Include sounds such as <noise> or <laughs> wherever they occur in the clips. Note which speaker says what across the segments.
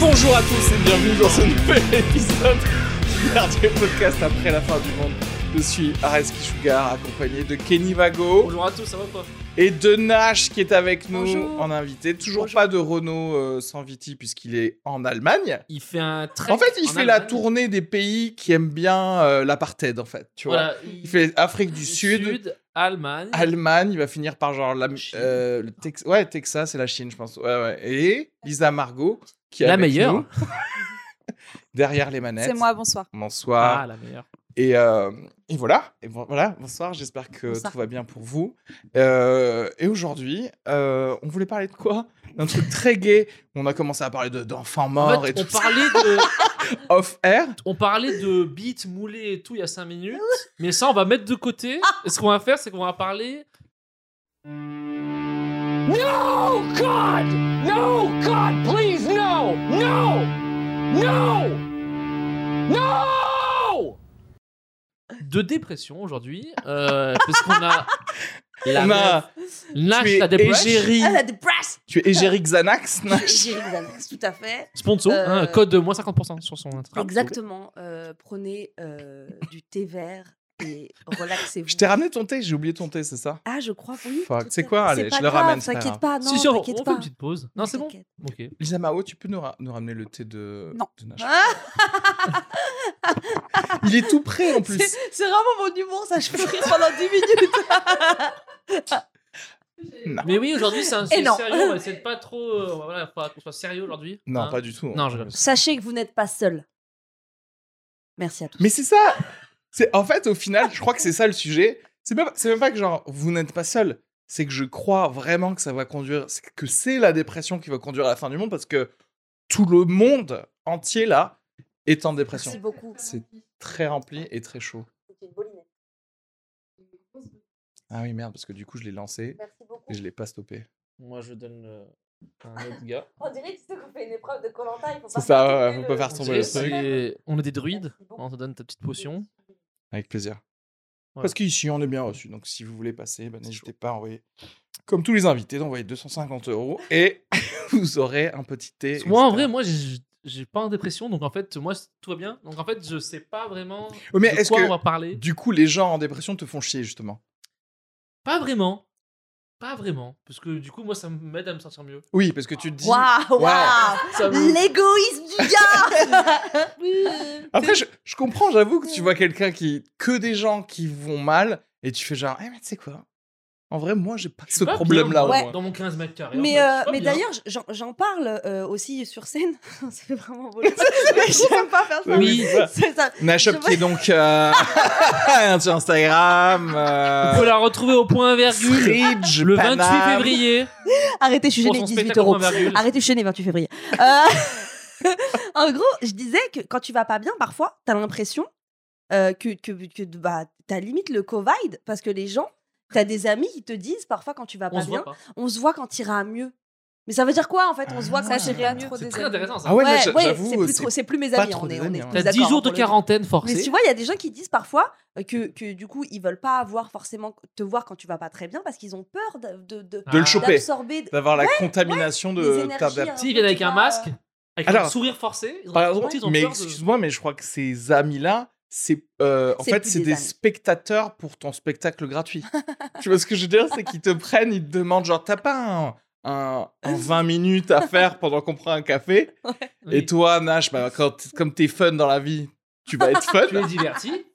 Speaker 1: Bonjour à tous et bienvenue dans ce nouvel épisode du dernier podcast après la fin du monde. Je suis Areski Sugar, accompagné de Kenny Vago
Speaker 2: Bonjour à tous, ça va ou pas
Speaker 1: et de Nash qui est avec nous
Speaker 3: Bonjour.
Speaker 1: en invité. Toujours
Speaker 3: Bonjour.
Speaker 1: pas de Renault euh, sans Viti puisqu'il est en Allemagne.
Speaker 2: Il fait un très.
Speaker 1: En fait, il fait la tournée des pays qui aiment bien euh, l'apartheid, en fait. Tu vois, il fait Afrique du Sud,
Speaker 2: Allemagne.
Speaker 1: Allemagne, il va finir par genre la,
Speaker 2: Chine.
Speaker 1: euh, le Tex- ouais, Texas et la Chine, je pense. Ouais, ouais. Et Lisa Margot, qui est
Speaker 2: La
Speaker 1: avec
Speaker 2: meilleure.
Speaker 1: nous. <laughs> derrière les manettes.
Speaker 3: C'est moi, bonsoir.
Speaker 1: Bonsoir.
Speaker 2: Ah, la meilleure.
Speaker 1: Et, euh, et voilà. Et vo- voilà. Bonsoir. J'espère que
Speaker 3: Bonsoir.
Speaker 1: tout va bien pour vous. Euh, et aujourd'hui, euh, on voulait parler de quoi D'un truc très gay. On a commencé à parler de- d'enfants morts
Speaker 2: En fait,
Speaker 1: et
Speaker 2: on
Speaker 1: tout ça. <laughs>
Speaker 2: parlait de,
Speaker 1: Off air.
Speaker 2: on parlait de beats moulés et tout il y a 5 minutes, mais ça on va mettre de côté. Et ce qu'on va faire, c'est qu'on va parler.
Speaker 4: No, God! No, God, please, no! No! No! No!
Speaker 2: de dépression aujourd'hui euh, parce
Speaker 1: <laughs>
Speaker 2: qu'on a la
Speaker 1: on a. tu
Speaker 2: Nash
Speaker 1: es
Speaker 2: la dépression
Speaker 1: égérie.
Speaker 3: Ah, la dépresse
Speaker 1: Tu es égérie Xanax. non
Speaker 3: <laughs> J'ai les annexes, tout à fait.
Speaker 2: sponsor
Speaker 3: Euh,
Speaker 2: hein, code de moins 50% sur son Instagram.
Speaker 3: Exactement. euh, prenez euh, du thé vert et relaxez-vous.
Speaker 1: Je t'ai ramené ton thé. J'ai oublié ton thé, c'est ça
Speaker 3: Ah, je crois, oui.
Speaker 1: Fuck,
Speaker 3: tout
Speaker 1: c'est
Speaker 3: à-
Speaker 1: quoi, allez,
Speaker 3: pas
Speaker 1: je le
Speaker 3: grave,
Speaker 1: ramène, c'est pas grave.
Speaker 3: T'inquiète pas, non,
Speaker 2: si, si, on, on fait
Speaker 3: t'inquiète pas.
Speaker 2: une petite pause. Non, c'est bon.
Speaker 3: T'inquiète.
Speaker 2: Ok.
Speaker 1: Lisa Mao, tu peux nous, ra- nous ramener le thé de,
Speaker 3: Non.
Speaker 1: de
Speaker 3: <laughs>
Speaker 1: Nash
Speaker 3: Ah,
Speaker 1: Il est tout prêt en plus.
Speaker 3: c'est c'est vraiment mon humour, ça, je peux rire pendant 10 minutes.
Speaker 2: Mais oui, aujourd'hui
Speaker 3: <laughs>
Speaker 2: c'est un
Speaker 3: Et
Speaker 2: sujet
Speaker 3: Bah, Eh non.
Speaker 2: sérieux. On va essayer de pas trop. euh, voilà, faut qu'on soit sérieux aujourd'hui.
Speaker 1: Non,
Speaker 2: Hein.
Speaker 1: pas du tout.
Speaker 2: Non, je rigole.
Speaker 3: <laughs> Sachez que vous n'êtes pas seul. Merci à tous.
Speaker 1: Mais c'est ça. C'est en fait au final, je crois que c'est ça le sujet. C'est même, c'est même pas que genre vous n'êtes pas seul. C'est que je crois vraiment que ça va conduire, c'est que c'est la dépression qui va conduire à la fin du monde parce que tout le monde entier là est en dépression.
Speaker 3: Merci beaucoup.
Speaker 1: C'est très rempli et très chaud. Ah oui merde parce que du coup je l'ai lancé
Speaker 3: Merci beaucoup.
Speaker 1: et je l'ai pas stoppé.
Speaker 2: Moi, je donne un autre gars.
Speaker 3: On dirait que qu'on fait une épreuve de Colanta, il faut
Speaker 1: C'est ça, ouais, ouais, faut pas faire tomber le truc.
Speaker 2: On est des druides. On te donne ta petite potion.
Speaker 1: Avec plaisir.
Speaker 2: Ouais.
Speaker 1: Parce qu'ici on est bien reçu. Donc si vous voulez passer, ben, n'hésitez pas à envoyer. Comme tous les invités, d'envoyer 250 euros et <laughs> vous aurez un petit thé.
Speaker 2: Moi, en
Speaker 1: etc.
Speaker 2: vrai, moi, j'ai- j'ai pas en dépression, donc en fait, moi, tout va bien. Donc en fait, je sais pas vraiment
Speaker 1: Oh, mais
Speaker 2: de
Speaker 1: est-ce
Speaker 2: quoi
Speaker 1: que
Speaker 2: on va parler.
Speaker 1: du coup les gens en dépression te font chier justement
Speaker 2: Pas vraiment. Pas vraiment. Parce que du coup, moi, ça m'aide à me sentir mieux.
Speaker 1: Oui, parce que tu te dis.
Speaker 3: Waouh, waouh
Speaker 2: Ça me-
Speaker 3: L'égoïsme du <laughs> gars
Speaker 1: Après, je, je comprends, j'avoue que tu vois quelqu'un qui que des gens qui vont mal et tu fais genre, eh mais tu sais quoi En vrai, moi j'ai pas
Speaker 2: Je suis
Speaker 1: ce
Speaker 2: pas bien,
Speaker 1: problème-là. au
Speaker 2: moi,
Speaker 1: moins.
Speaker 2: Dans mon 15 mètres carrés. en fait, je suis
Speaker 3: Mais, euh,
Speaker 2: bah, pas
Speaker 3: mais
Speaker 2: bien.
Speaker 3: d'ailleurs, j'en- j'en parle euh, aussi sur scène. <laughs> ça fait vraiment voler. Mais J'aime pas faire ça.
Speaker 2: Oui.
Speaker 3: C'est ça.
Speaker 1: Nashop
Speaker 3: Je-
Speaker 1: qui est donc euh, <laughs> sur Instagram.
Speaker 2: Vous
Speaker 1: euh,
Speaker 2: pouvez la retrouver au point virgule
Speaker 1: Fridge,
Speaker 2: le 28
Speaker 1: Paname.
Speaker 2: février.
Speaker 3: Arrêtez, je suis
Speaker 2: Pour
Speaker 3: gênée,
Speaker 2: son
Speaker 3: 18
Speaker 2: spectacle
Speaker 3: euros.
Speaker 2: point virgule.
Speaker 3: Arrêtez, je suis gênée, 28 février. Euh, <laughs> en gros, je disais que quand tu vas pas bien, parfois, t'as l'impression euh, que, que, que bah, t'as limite le Covid parce que les gens, t'as des amis qui te disent parfois quand tu vas
Speaker 2: On
Speaker 3: pas
Speaker 2: se
Speaker 3: bien,
Speaker 2: voit pas.
Speaker 3: on se voit quand iras mieux. Mais ça veut dire quoi en fait On se voit
Speaker 1: Ah.
Speaker 3: quand
Speaker 1: Ça,
Speaker 3: iras
Speaker 1: j'ai
Speaker 3: mieux.
Speaker 2: C'est très intéressant ça.
Speaker 1: Ah ouais,
Speaker 3: Ouais,
Speaker 1: mais
Speaker 3: ouais,
Speaker 1: j'avoue,
Speaker 3: c'est plus,
Speaker 1: c'est-
Speaker 3: trop- c'est plus mes
Speaker 1: pas
Speaker 3: amis.
Speaker 1: trop
Speaker 3: on
Speaker 1: des
Speaker 3: est, on
Speaker 1: amis,
Speaker 3: est
Speaker 1: hein.
Speaker 3: tous
Speaker 2: T'as
Speaker 3: d'accord,
Speaker 2: 10 jours
Speaker 3: hein,
Speaker 2: de
Speaker 3: pour le coup.
Speaker 2: quarantaine
Speaker 3: Mais tu
Speaker 2: forcée.
Speaker 3: vois, il y a des gens qui disent parfois euh, que, que du coup, ils veulent pas avoir forcément te voir quand tu vas pas très bien parce qu'ils ont peur de- de- de-
Speaker 1: de le choper,
Speaker 3: d'absorber de,
Speaker 1: d'avoir la contamination
Speaker 3: les
Speaker 1: de
Speaker 3: énergies,
Speaker 1: ta
Speaker 3: hein.
Speaker 2: Ah. S'ils viennent avec un masque, avec un
Speaker 1: Alors,
Speaker 2: sourire forcé, ils ont-
Speaker 1: Par exemple,
Speaker 2: ils ont
Speaker 1: mais
Speaker 2: peur de-
Speaker 1: excuse-moi, mais je crois que ces amis-là, c'est euh, en
Speaker 3: C'est
Speaker 1: fait
Speaker 3: plus
Speaker 1: c'est
Speaker 3: des
Speaker 1: des
Speaker 3: amis.
Speaker 1: spectateurs pour ton spectacle
Speaker 3: <laughs>
Speaker 1: gratuit. tu vois ce que je veux dire, c'est qu'ils te prennent, ils te demandent genre t'as pas un, un-
Speaker 3: Ah
Speaker 1: un 20 minutes à
Speaker 3: <laughs>
Speaker 1: faire pendant qu'on prend un café
Speaker 2: Oui.
Speaker 1: et toi Nash, bah, quand t- comme t'es fun dans la vie, tu vas être fun
Speaker 2: <laughs> Tu les divertis.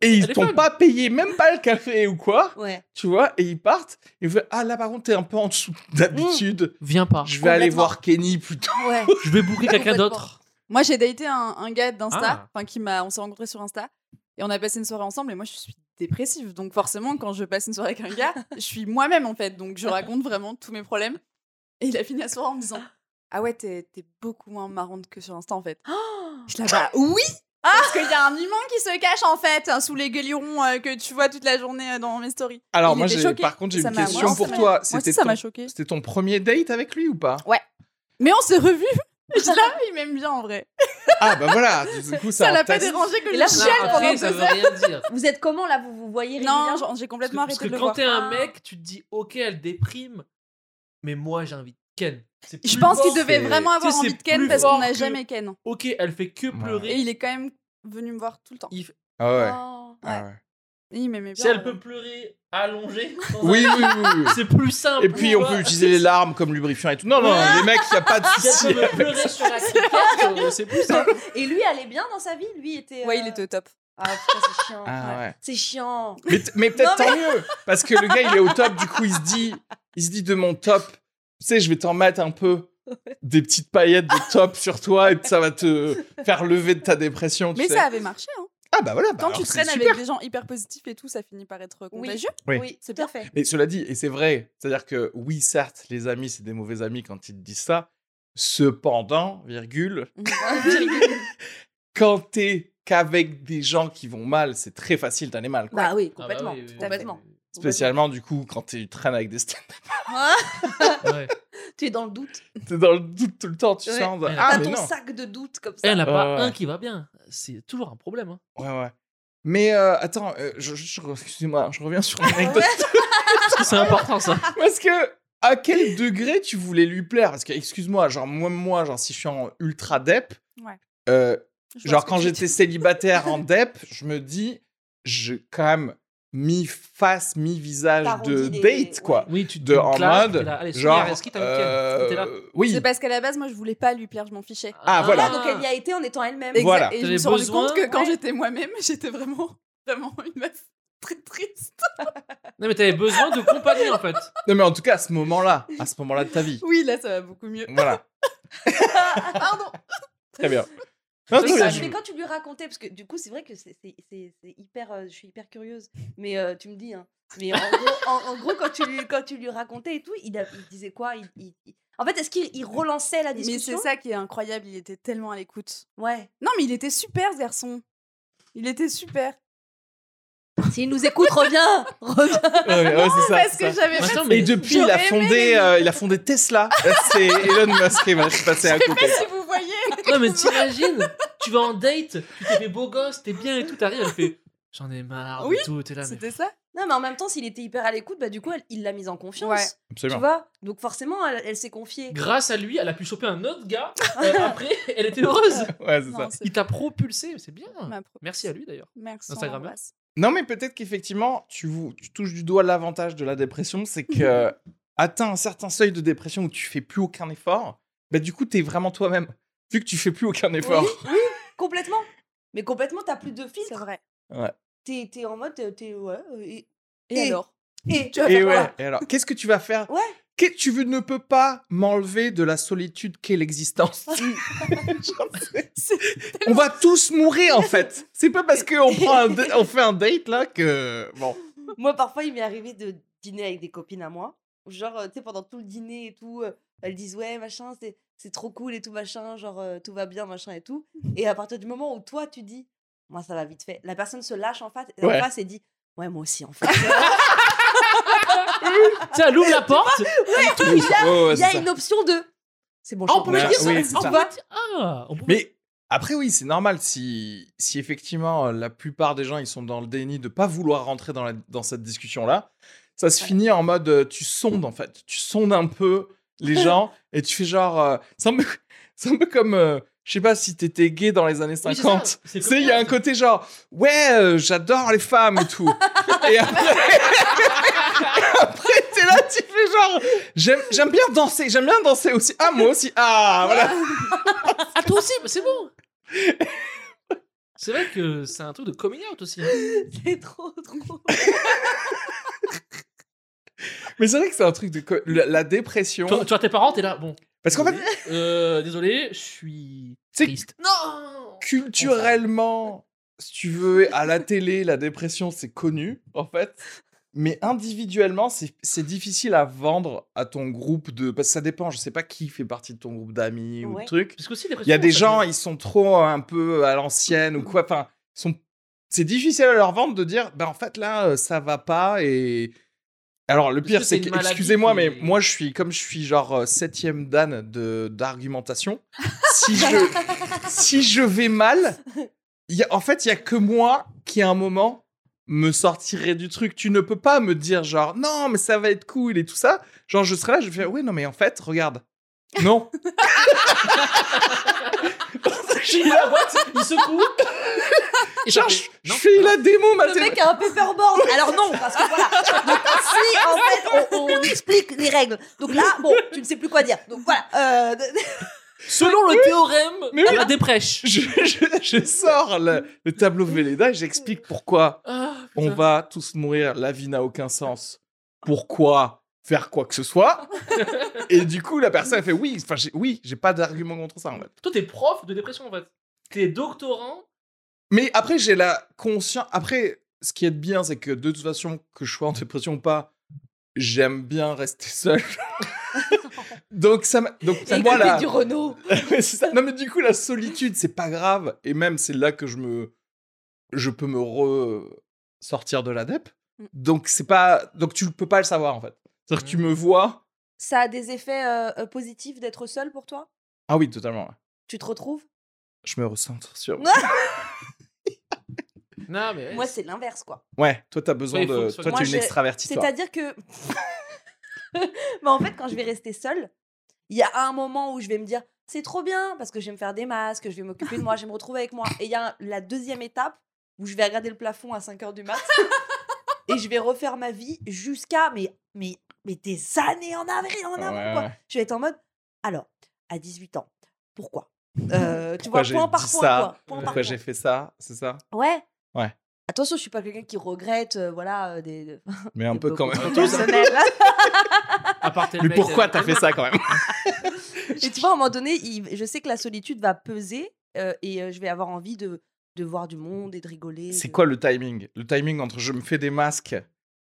Speaker 1: et
Speaker 2: elle
Speaker 1: ils
Speaker 2: est
Speaker 1: t'ont
Speaker 2: fun.
Speaker 1: pas payé même pas le café ou quoi,
Speaker 3: Ouais.
Speaker 1: tu vois, et ils partent et ils font, ah là par contre t'es un peu en dessous d'habitude, <laughs>
Speaker 2: Viens pas.
Speaker 1: je vais aller
Speaker 3: Mmh. Complètement.
Speaker 1: voir Kenny plutôt. <laughs>
Speaker 5: Ouais.
Speaker 2: Je vais
Speaker 3: <laughs>
Speaker 2: boucler quelqu'un d'autre.
Speaker 5: Moi, j'ai daté un, un gars
Speaker 2: Ah.
Speaker 5: d'Insta, enfin qui m'a, on s'est rencontrés sur Insta et on a passé une soirée ensemble. Et moi, je suis dépressive, donc forcément, quand je passe une soirée avec un
Speaker 1: <laughs>
Speaker 5: gars, je suis moi-même en fait. Donc, je raconte vraiment tous mes problèmes. Et il a fini la soirée en me disant, ah ouais, t'es t'es beaucoup moins marrante que sur Insta
Speaker 1: <gasps>
Speaker 5: en fait. je la bah oui.
Speaker 1: Ah!
Speaker 5: Parce qu'il y a un humain qui se cache en fait hein, sous les gueulirons euh, que tu vois toute la journée euh, dans mes stories.
Speaker 1: Alors
Speaker 5: Il
Speaker 1: moi
Speaker 5: était
Speaker 1: j'ai
Speaker 5: choqué.
Speaker 1: par contre j'ai
Speaker 5: Ça
Speaker 1: une
Speaker 5: m'a-
Speaker 1: question
Speaker 5: moi,
Speaker 1: pour
Speaker 5: ça m'a-
Speaker 1: toi,
Speaker 5: Moi
Speaker 1: c'était
Speaker 5: aussi, ça
Speaker 1: ton-
Speaker 5: m'a choqué.
Speaker 1: C'était ton premier date avec lui ou pas
Speaker 5: Mais on s'est revus. <laughs> Je dis là, il m'aime bien en vrai.
Speaker 1: Ah bah voilà, du
Speaker 5: <laughs>
Speaker 1: coup ça.
Speaker 5: Ça l'a pas
Speaker 1: entasse-
Speaker 5: dérangé que
Speaker 3: Et
Speaker 5: je
Speaker 3: là,
Speaker 5: chiale
Speaker 3: non,
Speaker 5: pendant
Speaker 2: après,
Speaker 5: deux
Speaker 2: ça veut
Speaker 5: heures.
Speaker 2: rien dire.
Speaker 3: Vous êtes comment là Vous vous
Speaker 5: Non,
Speaker 3: voyez régulièrement
Speaker 5: j'en- j'ai
Speaker 2: Parce que, Ah!
Speaker 5: complètement arrêté
Speaker 2: parce
Speaker 5: de
Speaker 2: que
Speaker 5: le
Speaker 2: quand
Speaker 5: voir.
Speaker 2: t'es un mec, tu te dis, ok, elle déprime, mais moi j'invite Ken. C'est
Speaker 5: Je
Speaker 2: plus
Speaker 5: pense
Speaker 2: fort.
Speaker 5: qu'il devait
Speaker 1: c'est-
Speaker 5: vraiment
Speaker 2: Tu
Speaker 5: avoir
Speaker 2: sais,
Speaker 5: envie de
Speaker 2: c'est
Speaker 5: Ken
Speaker 2: plus
Speaker 5: parce qu'on
Speaker 2: fort
Speaker 5: n'a
Speaker 2: que-
Speaker 5: jamais Ken.
Speaker 2: Ok, elle fait que
Speaker 5: Et
Speaker 2: pleurer.
Speaker 5: il est quand même venu me voir tout le temps.
Speaker 2: Il-
Speaker 1: Ah ouais.
Speaker 5: Oh, ouais.
Speaker 1: ah ouais.
Speaker 5: Il m'aimait bien.
Speaker 2: Si elle
Speaker 5: vraiment.
Speaker 2: peut pleurer allongée, dans un-
Speaker 1: Oui, oui, oui, oui, oui.
Speaker 2: c'est plus simple.
Speaker 1: Et puis on peut utiliser les larmes comme lubrifiant et tout. Non, non, non, les mecs, il n'y a pas de
Speaker 2: Si
Speaker 1: souci.
Speaker 2: elle peut pleurer sur
Speaker 5: <laughs>
Speaker 2: la criquette, euh, c'est plus simple.
Speaker 3: Et lui allait bien dans sa vie, lui était.
Speaker 5: Ouais,
Speaker 3: euh,
Speaker 5: il était au top.
Speaker 3: Ah putain, c'est chiant.
Speaker 1: Ah ouais.
Speaker 3: C'est chiant.
Speaker 1: Mais, t- mais peut-être tant mieux, parce que le gars il est au top, du coup il se dit, il se dit de mon top, tu sais, je vais t'en mettre un peu des petites paillettes de top sur toi et ça va te faire lever de ta dépression. tu
Speaker 5: Mais
Speaker 1: sais.
Speaker 5: ça avait marché. hein.
Speaker 1: Ah bah voilà, bah
Speaker 5: Quand
Speaker 1: alors
Speaker 5: tu
Speaker 1: c'est
Speaker 5: traînes
Speaker 1: super.
Speaker 5: avec des gens hyper positifs et tout, ça finit par être contagieux.
Speaker 1: Oui.
Speaker 3: c'est
Speaker 5: C'est
Speaker 3: bien
Speaker 5: bien. <laughs>
Speaker 3: fait. <laughs>
Speaker 1: Mais cela dit, et c'est vrai, c'est-à-dire que oui, certes, les amis c'est des mauvais amis quand ils te disent ça. Cependant, virgule, quand t'es qu'avec des gens qui vont mal, c'est très facile d'aller mal. quoi.
Speaker 3: Bah oui,
Speaker 2: Ah bah
Speaker 3: complètement.
Speaker 2: oui, oui, oui.
Speaker 3: complètement.
Speaker 1: Spécialement du coup quand tu traînes avec des stand
Speaker 3: <laughs>
Speaker 2: Ouais.
Speaker 3: Tu es dans le doute.
Speaker 1: T'es <laughs> dans le doute tout le temps, tu
Speaker 3: Ouais.
Speaker 1: sens.
Speaker 2: Ouais.
Speaker 1: Ah,
Speaker 3: T'as
Speaker 1: mais
Speaker 3: ton
Speaker 1: non.
Speaker 3: sac de doute comme ça.
Speaker 2: Eh, Elle n'a
Speaker 1: Ouais,
Speaker 2: pas
Speaker 1: ouais.
Speaker 2: un qui va bien. C'est toujours un problème. hein.
Speaker 1: Ouais, ouais. Mais euh, attends, euh, je, je- je- excusez-moi, je reviens sur l'anecdote.
Speaker 2: Parce que c'est important ça.
Speaker 1: Parce que à quel degré tu voulais lui plaire Parce que, excuse-moi, genre, moi, moi genre, si je suis en ultra dep,
Speaker 5: Ouais.
Speaker 1: euh,
Speaker 5: Je vois
Speaker 1: genre,
Speaker 5: ce
Speaker 1: quand
Speaker 5: que tu
Speaker 1: j'étais
Speaker 5: dis.
Speaker 1: célibataire
Speaker 5: <laughs>
Speaker 1: en dep, je me dis, je quand même mi-face, mi-visage de
Speaker 3: T'arrondis les-
Speaker 1: date, quoi.
Speaker 2: Oui, tu te
Speaker 1: De, en
Speaker 2: claques,
Speaker 1: mode,
Speaker 2: t'es là, allez,
Speaker 1: genre.
Speaker 2: Sonia, Est-ce que t'as une
Speaker 1: euh,
Speaker 2: Ken Et t'es hein, là,
Speaker 1: oui,
Speaker 5: C'est parce qu'à la base, moi, je voulais pas lui plaire, je m'en fichais.
Speaker 1: Ah, voilà.
Speaker 3: Ah, donc elle y a été en étant elle-même.
Speaker 5: Exact.
Speaker 1: Voilà.
Speaker 5: Et je
Speaker 2: T'avais
Speaker 5: me suis rendu
Speaker 2: besoin-
Speaker 5: compte que quand
Speaker 3: Ouais.
Speaker 5: j'étais moi-même, <laughs> j'étais vraiment, vraiment une meuf très triste.
Speaker 2: Non, mais t'avais besoin de compagnie en fait.
Speaker 1: non, mais en tout cas, à ce moment-là, à ce moment-là de ta vie.
Speaker 5: Oui, là, ça va beaucoup mieux.
Speaker 1: voilà,
Speaker 3: <laughs>
Speaker 5: Pardon.
Speaker 1: très
Speaker 5: <laughs>
Speaker 1: bien. Non,
Speaker 3: Mais,
Speaker 1: très bien,
Speaker 3: quand,
Speaker 1: je-
Speaker 3: mais quand tu lui racontais, parce que du coup, c'est vrai que c'est c'est- c'est- c'est hyper. euh, je suis hyper curieuse, mais euh, tu me dis. Hein, mais en gros, en- en gros, quand, tu lui, quand tu lui racontais et tout, il, a- il disait quoi il, il- il- En fait, est-ce qu'il il relançait la
Speaker 5: Mais c'est
Speaker 3: discussion
Speaker 5: ça qui est incroyable, il était tellement à l'écoute.
Speaker 3: Ouais.
Speaker 5: Non, mais il était super, ce garçon. Il était super.
Speaker 3: S'il nous écoute, <laughs> reviens Reviens
Speaker 1: Ouais, ouais, c'est ça,
Speaker 5: Ah, Parce
Speaker 1: c'est ça.
Speaker 5: que j'avais fait <laughs>
Speaker 2: Attends, mais
Speaker 1: Et depuis, il a
Speaker 5: J'aurais aimé
Speaker 1: fondé,
Speaker 5: les- <laughs>
Speaker 1: euh, il a fondé Tesla. Euh, C'est Elon Musk qui va se passer à côté.
Speaker 5: si vous voyez.
Speaker 2: Non, mais t'imagines, tu vas en date, tu t'es fait beau gosse, t'es bien et tout, t'arrives, elle fait J'en ai marre
Speaker 5: Oui,
Speaker 2: et tout, t'es là. Mais...
Speaker 5: C'était ça
Speaker 3: Non, mais en même temps, s'il était hyper à l'écoute, bah du coup, elle- il l'a mise en confiance.
Speaker 5: Ouais.
Speaker 3: Tu
Speaker 1: Absolument.
Speaker 3: vois Donc forcément, elle, elle s'est confiée.
Speaker 2: <laughs> Grâce à lui, elle a pu choper un autre gars. euh, après, elle était heureuse.
Speaker 1: Ouais, c'est ça.
Speaker 5: Non, c'est
Speaker 2: Il t'a propulsé, c'est bien.
Speaker 5: ma pro-
Speaker 2: Merci à lui d'ailleurs.
Speaker 5: <laughs> Merci. on
Speaker 2: Instagrammeur.
Speaker 5: l'embrasse.
Speaker 1: Non, mais peut-être qu'effectivement, tu, vous- tu touches du doigt l'avantage de la dépression, c'est
Speaker 3: <laughs>
Speaker 1: que atteint un certain seuil de dépression où tu fais plus aucun effort, bah du coup, t'es vraiment toi-même. Vu que tu fais plus aucun effort.
Speaker 3: <laughs> Oui, oui, complètement. Mais complètement, t'as plus de
Speaker 5: C'est
Speaker 3: filtre.
Speaker 5: vrai.
Speaker 3: T'es t'es en mode, t'es- t'es ouais. euh, Et,
Speaker 5: Et,
Speaker 3: Et-
Speaker 5: alors
Speaker 3: et
Speaker 5: Tu vas
Speaker 1: Et
Speaker 5: faire
Speaker 1: ouais.
Speaker 5: quoi
Speaker 1: Et alors, qu'est-ce que tu vas faire
Speaker 3: Ouais.
Speaker 1: Qu'est- tu veux- ne peux pas m'enlever de la solitude qu'est
Speaker 3: <laughs>
Speaker 1: l'existence. <laughs> on va tous mourir en fait. C'est pas
Speaker 3: <laughs>
Speaker 1: parce qu'on prend un da- on fait un date là que bon.
Speaker 3: Moi, parfois, il m'est arrivé de dîner avec des copines à moi. Genre, euh, tu sais, pendant tout le dîner et tout, euh, elles disent ouais, machin, c'est, c'est trop cool et tout, machin, genre, euh, tout va bien, machin et <laughs> tout. Et à partir du moment où toi, tu dis, moi, ça va vite fait, la personne se lâche en face, en
Speaker 1: Ouais.
Speaker 3: face et dit, <laughs> ouais, moi aussi, en fait.
Speaker 2: Tu sais, elle ouvre la porte.
Speaker 1: Ouais, Oh, ouais,
Speaker 3: Il y a
Speaker 1: c'est
Speaker 3: une option de. C'est bon,
Speaker 2: Ah,
Speaker 3: je
Speaker 2: on
Speaker 3: suis
Speaker 2: peut
Speaker 1: Bah,
Speaker 2: lui dire ça.
Speaker 1: oui, c'est
Speaker 2: Ah, on
Speaker 1: ça.
Speaker 2: peut dire- Ah, on peut-
Speaker 1: Mais après, oui, c'est normal si, si effectivement euh, la plupart des gens ils sont dans le déni de pas vouloir rentrer dans, la- dans cette discussion là. Ça se finit en mode euh, tu sondes en fait, tu sondes un peu les
Speaker 2: <laughs>
Speaker 1: gens et tu fais genre. euh, c'est <laughs> un peu, c'est un peu comme. euh, je sais pas si t'étais gay dans les années
Speaker 2: Oui, c'est
Speaker 1: 50.
Speaker 2: ça, c'est
Speaker 1: tu sais, il y a un
Speaker 2: comme-
Speaker 1: côté genre, ouais, euh, j'adore les femmes et
Speaker 2: <laughs>
Speaker 1: tout. et après, <laughs> après t'es là, tu fais genre, j'aime j'aime bien danser, j'aime bien danser aussi. Ah, moi aussi. Ah, voilà.
Speaker 2: Ah, toi aussi, bah, c'est bon. C'est vrai que c'est un truc de coming out aussi. hein.
Speaker 3: <laughs> C'est trop <laughs> drôle.
Speaker 1: Mais c'est vrai que c'est un truc de co- la, la dépression.
Speaker 2: Toi, tu vois tes parents, t'es là. Bon,
Speaker 1: Parce qu'en fait,
Speaker 2: euh, désolé, je suis
Speaker 1: C'est-
Speaker 2: triste. Non
Speaker 1: culturellement, si tu veux, à la télé, la dépression c'est connu en fait. Mais individuellement, c'est c'est difficile à vendre à ton groupe de. Parce que ça dépend, je sais pas qui fait partie de ton groupe d'amis ou
Speaker 3: Ouais.
Speaker 1: de trucs.
Speaker 2: Parce que aussi, les
Speaker 1: Il y a
Speaker 2: pressions,
Speaker 1: des
Speaker 2: ça Mmh.
Speaker 1: gens,
Speaker 2: fait-
Speaker 1: ils sont trop euh, un peu à l'ancienne ou quoi. Enfin, ils sont... c'est difficile à leur vendre de dire, ben en fait là, euh, ça va pas et. Alors le
Speaker 2: que
Speaker 1: pire,
Speaker 2: c'est
Speaker 1: c'est
Speaker 2: une
Speaker 1: que,
Speaker 2: maladie
Speaker 1: excusez-moi,
Speaker 2: qui-
Speaker 1: mais moi je suis comme je suis genre euh, septième dan de d'argumentation.
Speaker 2: <laughs>
Speaker 1: si je si je vais mal, il y a- en fait il y a que moi qui à un moment me sortirait du truc. Tu ne peux pas me dire genre non mais ça va être cool et tout ça. Genre je serais là, je vais faire oui non mais en fait regarde Non.
Speaker 2: Il la boîte, il secoue. Et
Speaker 1: Genre,
Speaker 2: ça
Speaker 1: je
Speaker 2: fait-
Speaker 1: je
Speaker 2: non.
Speaker 1: fais la démo, ma
Speaker 3: Le mec a un paperboard. Alors non, parce que voilà. Donc, si, en fait, on, on explique les règles. Donc là, bon, tu ne sais plus quoi dire. Donc voilà. Euh,
Speaker 2: Selon le théorème
Speaker 1: Mais oui.
Speaker 2: de la déprèche.
Speaker 1: <laughs> Je, je- je sors le, le tableau Velleda et j'explique pourquoi
Speaker 2: Ah,
Speaker 1: on
Speaker 2: putain.
Speaker 1: va tous mourir, la vie n'a aucun sens. Pourquoi faire quoi que ce
Speaker 3: <laughs>
Speaker 1: soit Et du coup, la personne elle fait oui, enfin j'ai- oui, j'ai pas d'argument contre ça en fait.
Speaker 2: Toi, t'es prof de dépression en fait. T'es doctorant.
Speaker 1: Mais après, j'ai la conscience. Après, ce qui est bien, c'est que de toute façon, que je sois en dépression ou pas, j'aime bien rester
Speaker 3: <laughs>
Speaker 1: seul. donc ça, m'a- donc pour
Speaker 3: et
Speaker 1: moi
Speaker 3: voilà.
Speaker 1: la,
Speaker 3: du Renault.
Speaker 1: Ouais, c'est ça. Non, mais du coup, la solitude, c'est pas grave. Et même, c'est là que je me. Je peux me re- sortir de l'adep.
Speaker 5: Mm.
Speaker 1: Donc, c'est pas. Donc, tu peux pas le savoir, en fait. C'est-à-dire que
Speaker 2: Mm.
Speaker 1: tu me vois.
Speaker 3: Ça a des effets euh, euh, positifs d'être seul pour toi
Speaker 1: Ah oui, totalement. ouais.
Speaker 3: Tu te retrouves
Speaker 1: Je me recentre sur.
Speaker 3: Ouais.
Speaker 2: Non, mais.
Speaker 3: Moi, c'est l'inverse, quoi.
Speaker 1: Ouais, toi, t'as besoin
Speaker 2: Ouais, il faut
Speaker 1: de.
Speaker 2: que ce soit-
Speaker 1: Toi,
Speaker 3: Moi,
Speaker 1: t'es une
Speaker 3: j'ai-
Speaker 1: extravertie, toi.
Speaker 3: C'est-à-dire que. <laughs> Mais en fait, quand je vais rester seule, il y a un moment où je vais me dire c'est trop bien parce que je vais me faire des masques, je vais m'occuper de moi, je vais me retrouver avec moi. Et il y a un- la deuxième étape où je vais regarder le plafond à 5 heures du mat et je vais refaire ma vie jusqu'à mais, mais, mais des années en avril,
Speaker 2: Ah
Speaker 3: en avant.
Speaker 1: Ouais,
Speaker 3: quoi.
Speaker 1: ouais.
Speaker 3: Je vais être en mode alors, à 18 ans,
Speaker 1: <laughs>
Speaker 3: pourquoi Euh, Tu
Speaker 1: Pourquoi
Speaker 3: vois,
Speaker 1: j'ai
Speaker 3: point par
Speaker 1: dit
Speaker 3: point.
Speaker 1: ça
Speaker 3: quoi, point par
Speaker 1: Pourquoi
Speaker 3: point.
Speaker 1: j'ai fait ça C'est ça
Speaker 3: Ouais.
Speaker 1: Ouais.
Speaker 3: Attention, je suis pas quelqu'un qui regrette, euh, voilà, euh, des.
Speaker 1: Mais
Speaker 3: <laughs>
Speaker 1: un
Speaker 3: des
Speaker 1: peu quand
Speaker 3: beaucoup
Speaker 1: même. <laughs>
Speaker 3: trop personnel.
Speaker 2: À part tel
Speaker 1: Mais
Speaker 2: mec,
Speaker 1: pourquoi
Speaker 2: tel-
Speaker 1: t'as fait ça quand même
Speaker 3: Et tu vois, à un moment donné, il- je sais que la solitude va peser euh, et euh, je vais avoir envie de, de voir du monde et de rigoler.
Speaker 1: C'est
Speaker 3: de-
Speaker 1: quoi le timing Le timing entre je me fais des masques,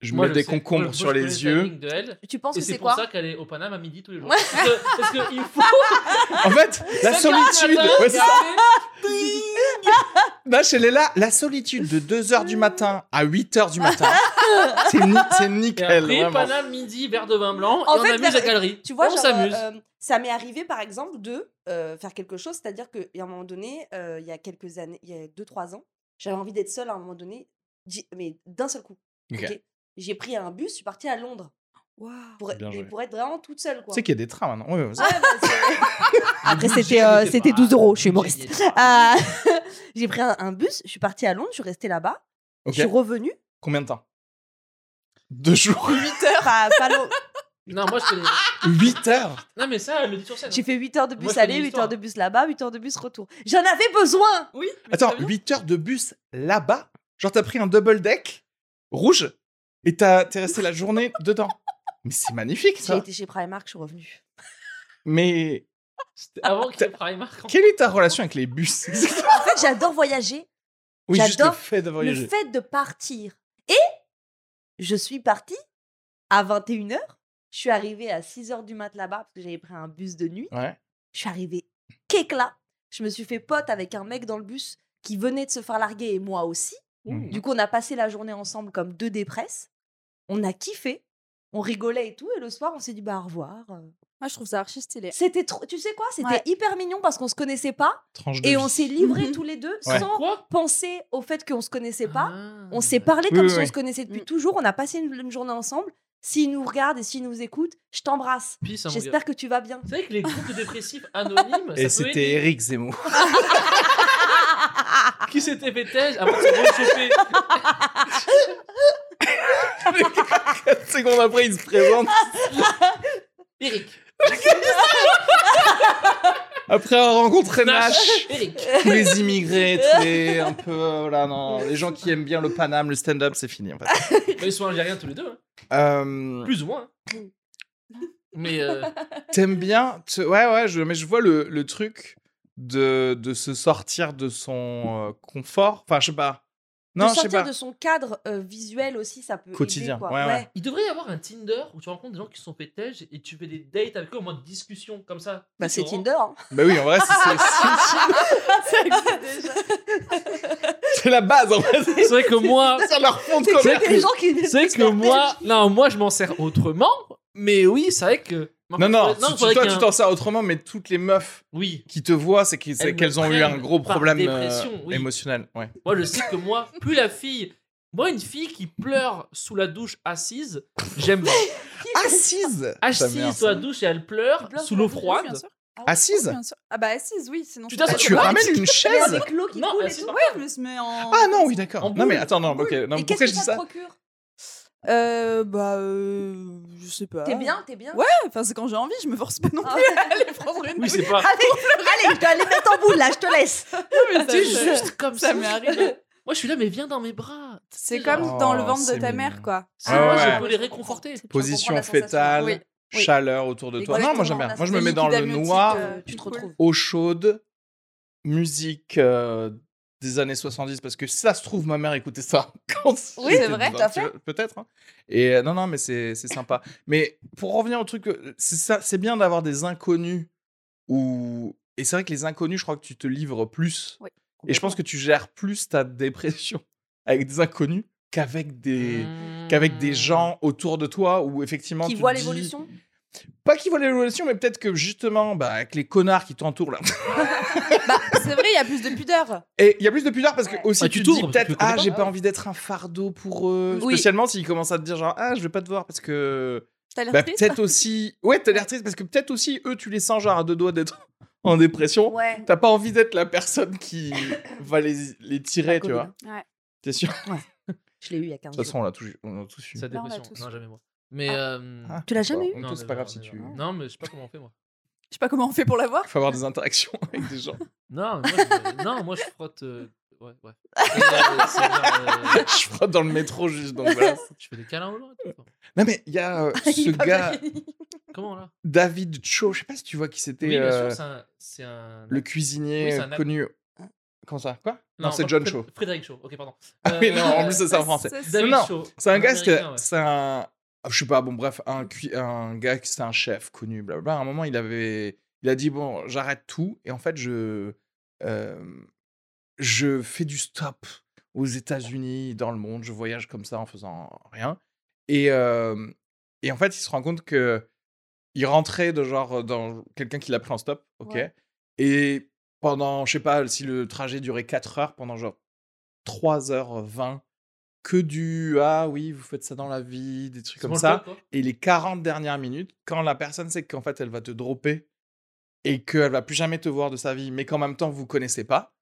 Speaker 1: je
Speaker 2: Moi,
Speaker 1: mets
Speaker 2: je
Speaker 1: des
Speaker 2: sais- moi,
Speaker 1: concombres
Speaker 2: je
Speaker 1: sur
Speaker 2: connais
Speaker 1: les
Speaker 2: le
Speaker 1: yeux.
Speaker 2: timing de elle.
Speaker 3: Tu penses
Speaker 2: Et
Speaker 3: que
Speaker 2: c'est
Speaker 3: c'est
Speaker 2: pour
Speaker 3: quoi
Speaker 2: ça qu'elle est au Paname à midi tous les jours.
Speaker 3: Ouais.
Speaker 2: Parce que- Parce qu'il faut.
Speaker 1: En
Speaker 2: <laughs>
Speaker 1: fait, la solitude. Ouais, c'est ça. Non, elle est là. Bah, La solitude de 2h du matin à 8h du matin,
Speaker 3: <laughs>
Speaker 1: c'est ni- c'est
Speaker 2: Et
Speaker 1: nickel.
Speaker 2: après,
Speaker 1: vraiment.
Speaker 2: Paname midi, verre de vin blanc.
Speaker 3: En
Speaker 2: et
Speaker 3: fait,
Speaker 2: on amuse la
Speaker 3: vers-
Speaker 2: galerie.
Speaker 3: Tu vois,
Speaker 2: on
Speaker 3: genre,
Speaker 2: s'amuse.
Speaker 3: euh, ça m'est arrivé par exemple de euh, faire quelque chose, c'est-à-dire qu'à un moment donné, euh, il y a quelques années, il y a 2-3 ans, j'avais envie d'être seule à un moment donné, j'ai- mais d'un seul coup.
Speaker 1: Ok.
Speaker 3: ok J'ai pris un bus, je suis partie à Londres pour,
Speaker 1: Ah, Bien
Speaker 3: mais
Speaker 1: joué.
Speaker 3: pour être vraiment toute seule. Quoi.
Speaker 1: Tu sais qu'il y a des trains maintenant. Ouais, ouais, ça-
Speaker 3: Ouais, bah, c'est- Après,
Speaker 2: Le budget
Speaker 3: c'était, euh,
Speaker 2: n'était
Speaker 3: c'était
Speaker 2: pas-
Speaker 3: 12 euros, je suis
Speaker 2: le budget
Speaker 3: humoriste.
Speaker 2: n'était pas-
Speaker 3: Ah, <laughs> j'ai pris un, un bus, je suis partie à Londres, je suis restée là-bas,
Speaker 1: Ok.
Speaker 3: je suis revenue,
Speaker 1: Combien de temps Deux jours. <laughs>
Speaker 3: 8 heures à Palo.
Speaker 2: Non, moi je connais.
Speaker 1: 8 heures
Speaker 2: Non, mais ça, elle le dit sur scène.
Speaker 3: <laughs> J'ai fait 8 heures de
Speaker 2: Moi,
Speaker 3: bus
Speaker 2: je connais
Speaker 3: aller, 8
Speaker 2: l'histoire.
Speaker 3: heures de bus là-bas, 8 heures de bus retour. J'en avais besoin
Speaker 5: Oui. mais
Speaker 1: Attends,
Speaker 5: très bien.
Speaker 1: 8 heures de bus là-bas Genre, t'as pris un double deck rouge et t'as- t'es resté la
Speaker 2: <laughs>
Speaker 1: journée dedans. Mais c'est magnifique
Speaker 3: J'ai
Speaker 1: ça.
Speaker 3: été chez Primark, je
Speaker 2: <laughs>
Speaker 3: suis revenue.
Speaker 1: Mais
Speaker 2: C'était Avant qu'il y ait Primark. en-
Speaker 1: quelle est ta relation avec les bus <laughs>
Speaker 3: En fait, j'adore voyager,
Speaker 1: Oui, juste le
Speaker 3: J'adore
Speaker 1: fait de
Speaker 3: le
Speaker 1: voyager.
Speaker 3: fait de partir. Et je suis partie à 21h, je suis arrivée à 6h du mat là-bas parce que j'avais pris un bus de nuit.
Speaker 1: Ouais.
Speaker 3: Je suis arrivée qu'éclat. Je me suis fait pote avec un mec dans le bus qui venait de se faire larguer et moi aussi.
Speaker 1: Mhm.
Speaker 3: Du coup, on a passé la journée ensemble comme deux dépresses. On a kiffé. On rigolait et tout. Et le soir, on s'est dit, bah, au revoir.
Speaker 5: Moi, je trouve ça archi stylé.
Speaker 3: C'était trop. Tu sais quoi C'était
Speaker 5: Ouais.
Speaker 3: hyper mignon parce qu'on se connaissait pas.
Speaker 1: Tranche de
Speaker 3: Et
Speaker 1: vie.
Speaker 3: on s'est livrés
Speaker 5: Mhm.
Speaker 1: <laughs>
Speaker 3: tous les deux
Speaker 1: Ouais.
Speaker 3: sans
Speaker 2: Quoi
Speaker 3: penser au fait qu'on se connaissait pas.
Speaker 2: Ah.
Speaker 3: On s'est parlé
Speaker 1: Oui,
Speaker 3: comme
Speaker 1: oui,
Speaker 3: si
Speaker 1: oui. Mmh.
Speaker 3: on se connaissait depuis
Speaker 5: Mhm.
Speaker 3: toujours. On a passé une, une journée ensemble. S'il nous regarde et s'il nous écoute, je t'embrasse.
Speaker 2: Peace, hein, mon gars.
Speaker 3: J'espère que tu vas bien.
Speaker 2: Vous savez que les groupes de dépressifs anonymes.
Speaker 1: Et
Speaker 2: ça peut
Speaker 1: c'était
Speaker 2: aider.
Speaker 1: Eric Zemmour. <laughs>
Speaker 2: Qui s'était fait têche avant de se rechauffer.
Speaker 1: Quatre secondes après, il se présente.
Speaker 2: Eric.
Speaker 1: Après avoir rencontré Nash,
Speaker 2: Eric.
Speaker 1: tous
Speaker 2: <laughs>
Speaker 1: les immigrés, tous les un peu, euh, voilà, non, les gens qui aiment bien le Paname, le stand-up, c'est fini en fait.
Speaker 2: Bah, ils sont algériens tous les deux. hein.
Speaker 1: Euh,
Speaker 2: Plus ou moins. hein. Mais. euh,
Speaker 1: T'aimes bien te- Ouais, ouais, je, mais je vois le, le truc de, de se sortir de son euh, confort. Enfin, je sais pas. Non,
Speaker 3: de
Speaker 1: je sais
Speaker 3: sortir
Speaker 1: pas.
Speaker 3: de son cadre euh, visuel aussi, ça peut. aider,
Speaker 1: Quotidien,
Speaker 3: quoi.
Speaker 1: ouais, ouais.
Speaker 2: Il devrait y avoir un Tinder où tu rencontres des gens qui se sont fait têche et tu fais des dates avec eux en mode discussion comme ça.
Speaker 3: Bah, c'est
Speaker 2: Tu rentres-
Speaker 3: Tinder. <laughs> hein.
Speaker 1: Bah oui, en vrai, c'est- c'est-
Speaker 2: <laughs>
Speaker 1: c'est- c'est la base en
Speaker 2: <laughs>
Speaker 1: fait.
Speaker 2: C'est vrai que moi,
Speaker 1: C'est leur fond de
Speaker 3: C'est que
Speaker 1: commerce.
Speaker 3: des gens
Speaker 2: <laughs>
Speaker 3: qui.
Speaker 2: c'est que moi, non, moi je m'en sers autrement, mais oui, c'est vrai que.
Speaker 1: Non, non, tu-
Speaker 2: faudrait
Speaker 1: toi,
Speaker 2: qu'il y ait
Speaker 1: tu
Speaker 2: un-
Speaker 1: t'en sers autrement, mais toutes les meufs
Speaker 2: Oui,
Speaker 1: qui te voient, c'est qu'ils- c'est
Speaker 2: Elles me
Speaker 1: qu'elles ont eu un
Speaker 2: prennent
Speaker 1: gros
Speaker 2: par
Speaker 1: problème euh,
Speaker 2: dépression, oui.
Speaker 1: émotionnel. Ouais.
Speaker 2: moi je sais que moi,
Speaker 1: <laughs>
Speaker 2: plus la fille. Moi, une fille qui pleure sous la douche assise, j'aime pas.
Speaker 1: Assise Ta mère,
Speaker 2: Assise sous
Speaker 1: ça.
Speaker 2: la douche et elle pleure sous l'eau froide.
Speaker 1: Assise
Speaker 5: Ah bah assise, oui, sinon
Speaker 2: Putain,
Speaker 5: c'est pas-
Speaker 2: ça
Speaker 1: Ah, Tu
Speaker 2: What
Speaker 1: ramènes une
Speaker 3: Mais
Speaker 1: chaise
Speaker 3: avec l'eau qui
Speaker 2: Non,
Speaker 3: coule
Speaker 2: bah,
Speaker 3: et
Speaker 2: c'est
Speaker 3: tout.
Speaker 2: pas-
Speaker 5: Ouais, je me mets en...
Speaker 1: Ah non, oui,
Speaker 2: En
Speaker 1: d'accord. Non, mais
Speaker 2: boule.
Speaker 1: attends, non, ok. Non, pourquoi
Speaker 3: Et qu'est-ce
Speaker 1: je
Speaker 3: que
Speaker 1: dis
Speaker 3: ça te
Speaker 1: ça
Speaker 3: procure
Speaker 5: Euh, bah, euh, je sais pas.
Speaker 3: T'es bien, t'es bien.
Speaker 5: Ouais, enfin c'est quand j'ai envie, je me force pas non
Speaker 3: Ah.
Speaker 5: plus à aller prendre une
Speaker 2: Oui,
Speaker 5: douche.
Speaker 2: c'est pas.
Speaker 3: <laughs> Allez, allez, je dois aller mettre en boule là, je te laisse.
Speaker 5: Mais ça-
Speaker 2: Tu
Speaker 5: ça-
Speaker 2: juste comme ça.
Speaker 5: ça
Speaker 2: <laughs>
Speaker 5: m'est arrivé.
Speaker 2: Moi, je suis là, mais viens dans mes bras.
Speaker 5: C'est
Speaker 2: Tu sais, genre,
Speaker 5: comme dans le
Speaker 1: Oh,
Speaker 5: ventre de
Speaker 1: c'est
Speaker 5: ta
Speaker 1: mignon.
Speaker 5: mère, quoi.
Speaker 2: Ah,
Speaker 1: moi, je
Speaker 2: peux les réconforter.
Speaker 1: Position
Speaker 3: Je comprends la sensation.
Speaker 1: fétale,
Speaker 5: Oui, oui.
Speaker 1: chaleur autour de toi. Non, moi j'aime bien. Moi je me
Speaker 5: Des
Speaker 1: mets dans le
Speaker 5: liquides
Speaker 1: noir,
Speaker 5: amniotiques, euh,
Speaker 3: Tu te
Speaker 5: cool.
Speaker 3: retrouves.
Speaker 1: eau chaude, musique euh, des années 70, parce que si ça se trouve, ma mère écoutait ça <laughs> quand
Speaker 5: Oui,
Speaker 1: j'étais
Speaker 5: c'est vrai,
Speaker 1: dans-
Speaker 5: tout à fait.
Speaker 1: Peut-être. hein. Et euh, non, non, mais c'est c'est sympa. Mais pour revenir au truc, euh, c'est ça- c'est bien d'avoir des inconnus ou. Et c'est vrai que les inconnus, je crois que tu te livres plus.
Speaker 5: Oui,
Speaker 1: Et je pense que tu gères plus ta dépression <laughs> avec des inconnus qu'avec des
Speaker 2: Mmh.
Speaker 1: qu'avec
Speaker 5: Mmh.
Speaker 1: des gens autour de toi où effectivement
Speaker 3: Qui
Speaker 1: tu
Speaker 3: voit
Speaker 1: te dis-
Speaker 3: l'évolution
Speaker 1: pas qui voient l'évolution mais peut-être que justement bah, avec les connards qui t'entourent là
Speaker 5: Bah, c'est vrai, il y a plus de pudeur.
Speaker 1: et il y a plus de pudeur parce que
Speaker 3: Ouais.
Speaker 1: aussi
Speaker 2: Bah,
Speaker 1: tu,
Speaker 2: tu
Speaker 1: te dis
Speaker 2: t'ouvres, parce que
Speaker 1: peut-être
Speaker 2: tu
Speaker 1: ah
Speaker 2: connais
Speaker 1: j'ai
Speaker 2: pas.
Speaker 1: pas envie d'être un fardeau pour eux
Speaker 5: Oui.
Speaker 1: spécialement s'ils commencent à te dire genre ah je vais pas te voir parce que
Speaker 5: T'as l'air
Speaker 1: bah,
Speaker 5: triste.
Speaker 1: peut-être aussi ouais t'as l'air triste parce que peut-être aussi eux tu les sens genre à deux doigts d'être <laughs> en dépression
Speaker 3: Ouais.
Speaker 1: t'as pas envie d'être la personne qui va les, les tirer tu vois
Speaker 3: Covid.
Speaker 1: t'es sûr de
Speaker 3: Je l'ai eu il y a 15
Speaker 1: toute façon
Speaker 3: jours.
Speaker 1: on l'a tous on a tous eu
Speaker 2: Sa
Speaker 5: Non, on l'a
Speaker 2: dépression.
Speaker 5: tous.
Speaker 2: Non, jamais moi. Mais. euh,
Speaker 1: Ah.
Speaker 3: Tu l'as jamais eu
Speaker 1: Bon,
Speaker 2: non,
Speaker 1: c'est pas
Speaker 2: mais
Speaker 1: grave
Speaker 2: non,
Speaker 1: si
Speaker 2: mais
Speaker 1: tu <laughs>
Speaker 2: non. Non, mais je sais pas comment on fait, moi.
Speaker 5: Je sais pas comment on fait pour l'avoir.
Speaker 1: faut avoir des interactions <laughs> avec des gens
Speaker 2: Non, mais moi, je, non, moi, je frotte. euh, Ouais, ouais. Euh, c'est genre,
Speaker 1: <laughs>
Speaker 2: euh,
Speaker 1: je frotte dans le métro juste donc voilà
Speaker 2: Je fais des câlins aux gens et tout. enfin.
Speaker 1: Non, mais il y a euh,
Speaker 3: <laughs> Il
Speaker 1: ce
Speaker 3: va pas
Speaker 1: gars,
Speaker 3: fini.
Speaker 2: Comment là
Speaker 1: David Cho, je sais pas si tu vois qui c'était,
Speaker 2: Oui, bien
Speaker 1: euh,
Speaker 2: sûr, c'est un- c'est un.
Speaker 1: le
Speaker 2: Oui,
Speaker 1: cuisinier
Speaker 2: c'est un ab-
Speaker 1: connu. Comment ça Quoi Non, c'est
Speaker 2: pas
Speaker 1: John
Speaker 2: Fred-
Speaker 1: Cho.
Speaker 2: Frédéric Cho, ok, pardon.
Speaker 1: Ah oui, non, en
Speaker 2: Euh,
Speaker 1: plus, c'est en français.
Speaker 5: Ça, c'est-
Speaker 2: David
Speaker 1: Non, non,
Speaker 2: Cho.
Speaker 1: C'est un gars, c'est
Speaker 2: Américain, ouais.
Speaker 1: c'est un. ah, Je sais pas, bon, bref, un, cui- un gars, qui- c'est un chef connu, blablabla. À un moment, il avait. Il a dit, bon, j'arrête tout, et en fait, je. euh, je fais du stop aux États-Unis, dans le monde, je voyage comme ça en faisant rien. Et, euh, et en fait, il se rend compte que il rentrait de genre dans quelqu'un qui l'a pris en stop, ok.
Speaker 5: Ouais.
Speaker 1: Et pendant, je sais pas, si le trajet durait 4 heures, pendant genre 3h20, que du ah oui, vous faites ça dans la vie, des trucs
Speaker 2: C'est
Speaker 1: comme
Speaker 2: bon,
Speaker 1: ça
Speaker 2: le code, quoi.
Speaker 1: et les 40 dernières minutes, quand la personne sait qu'en fait elle va te dropper et qu'elle va plus jamais te voir de sa vie, mais qu'en même temps vous connaissez pas,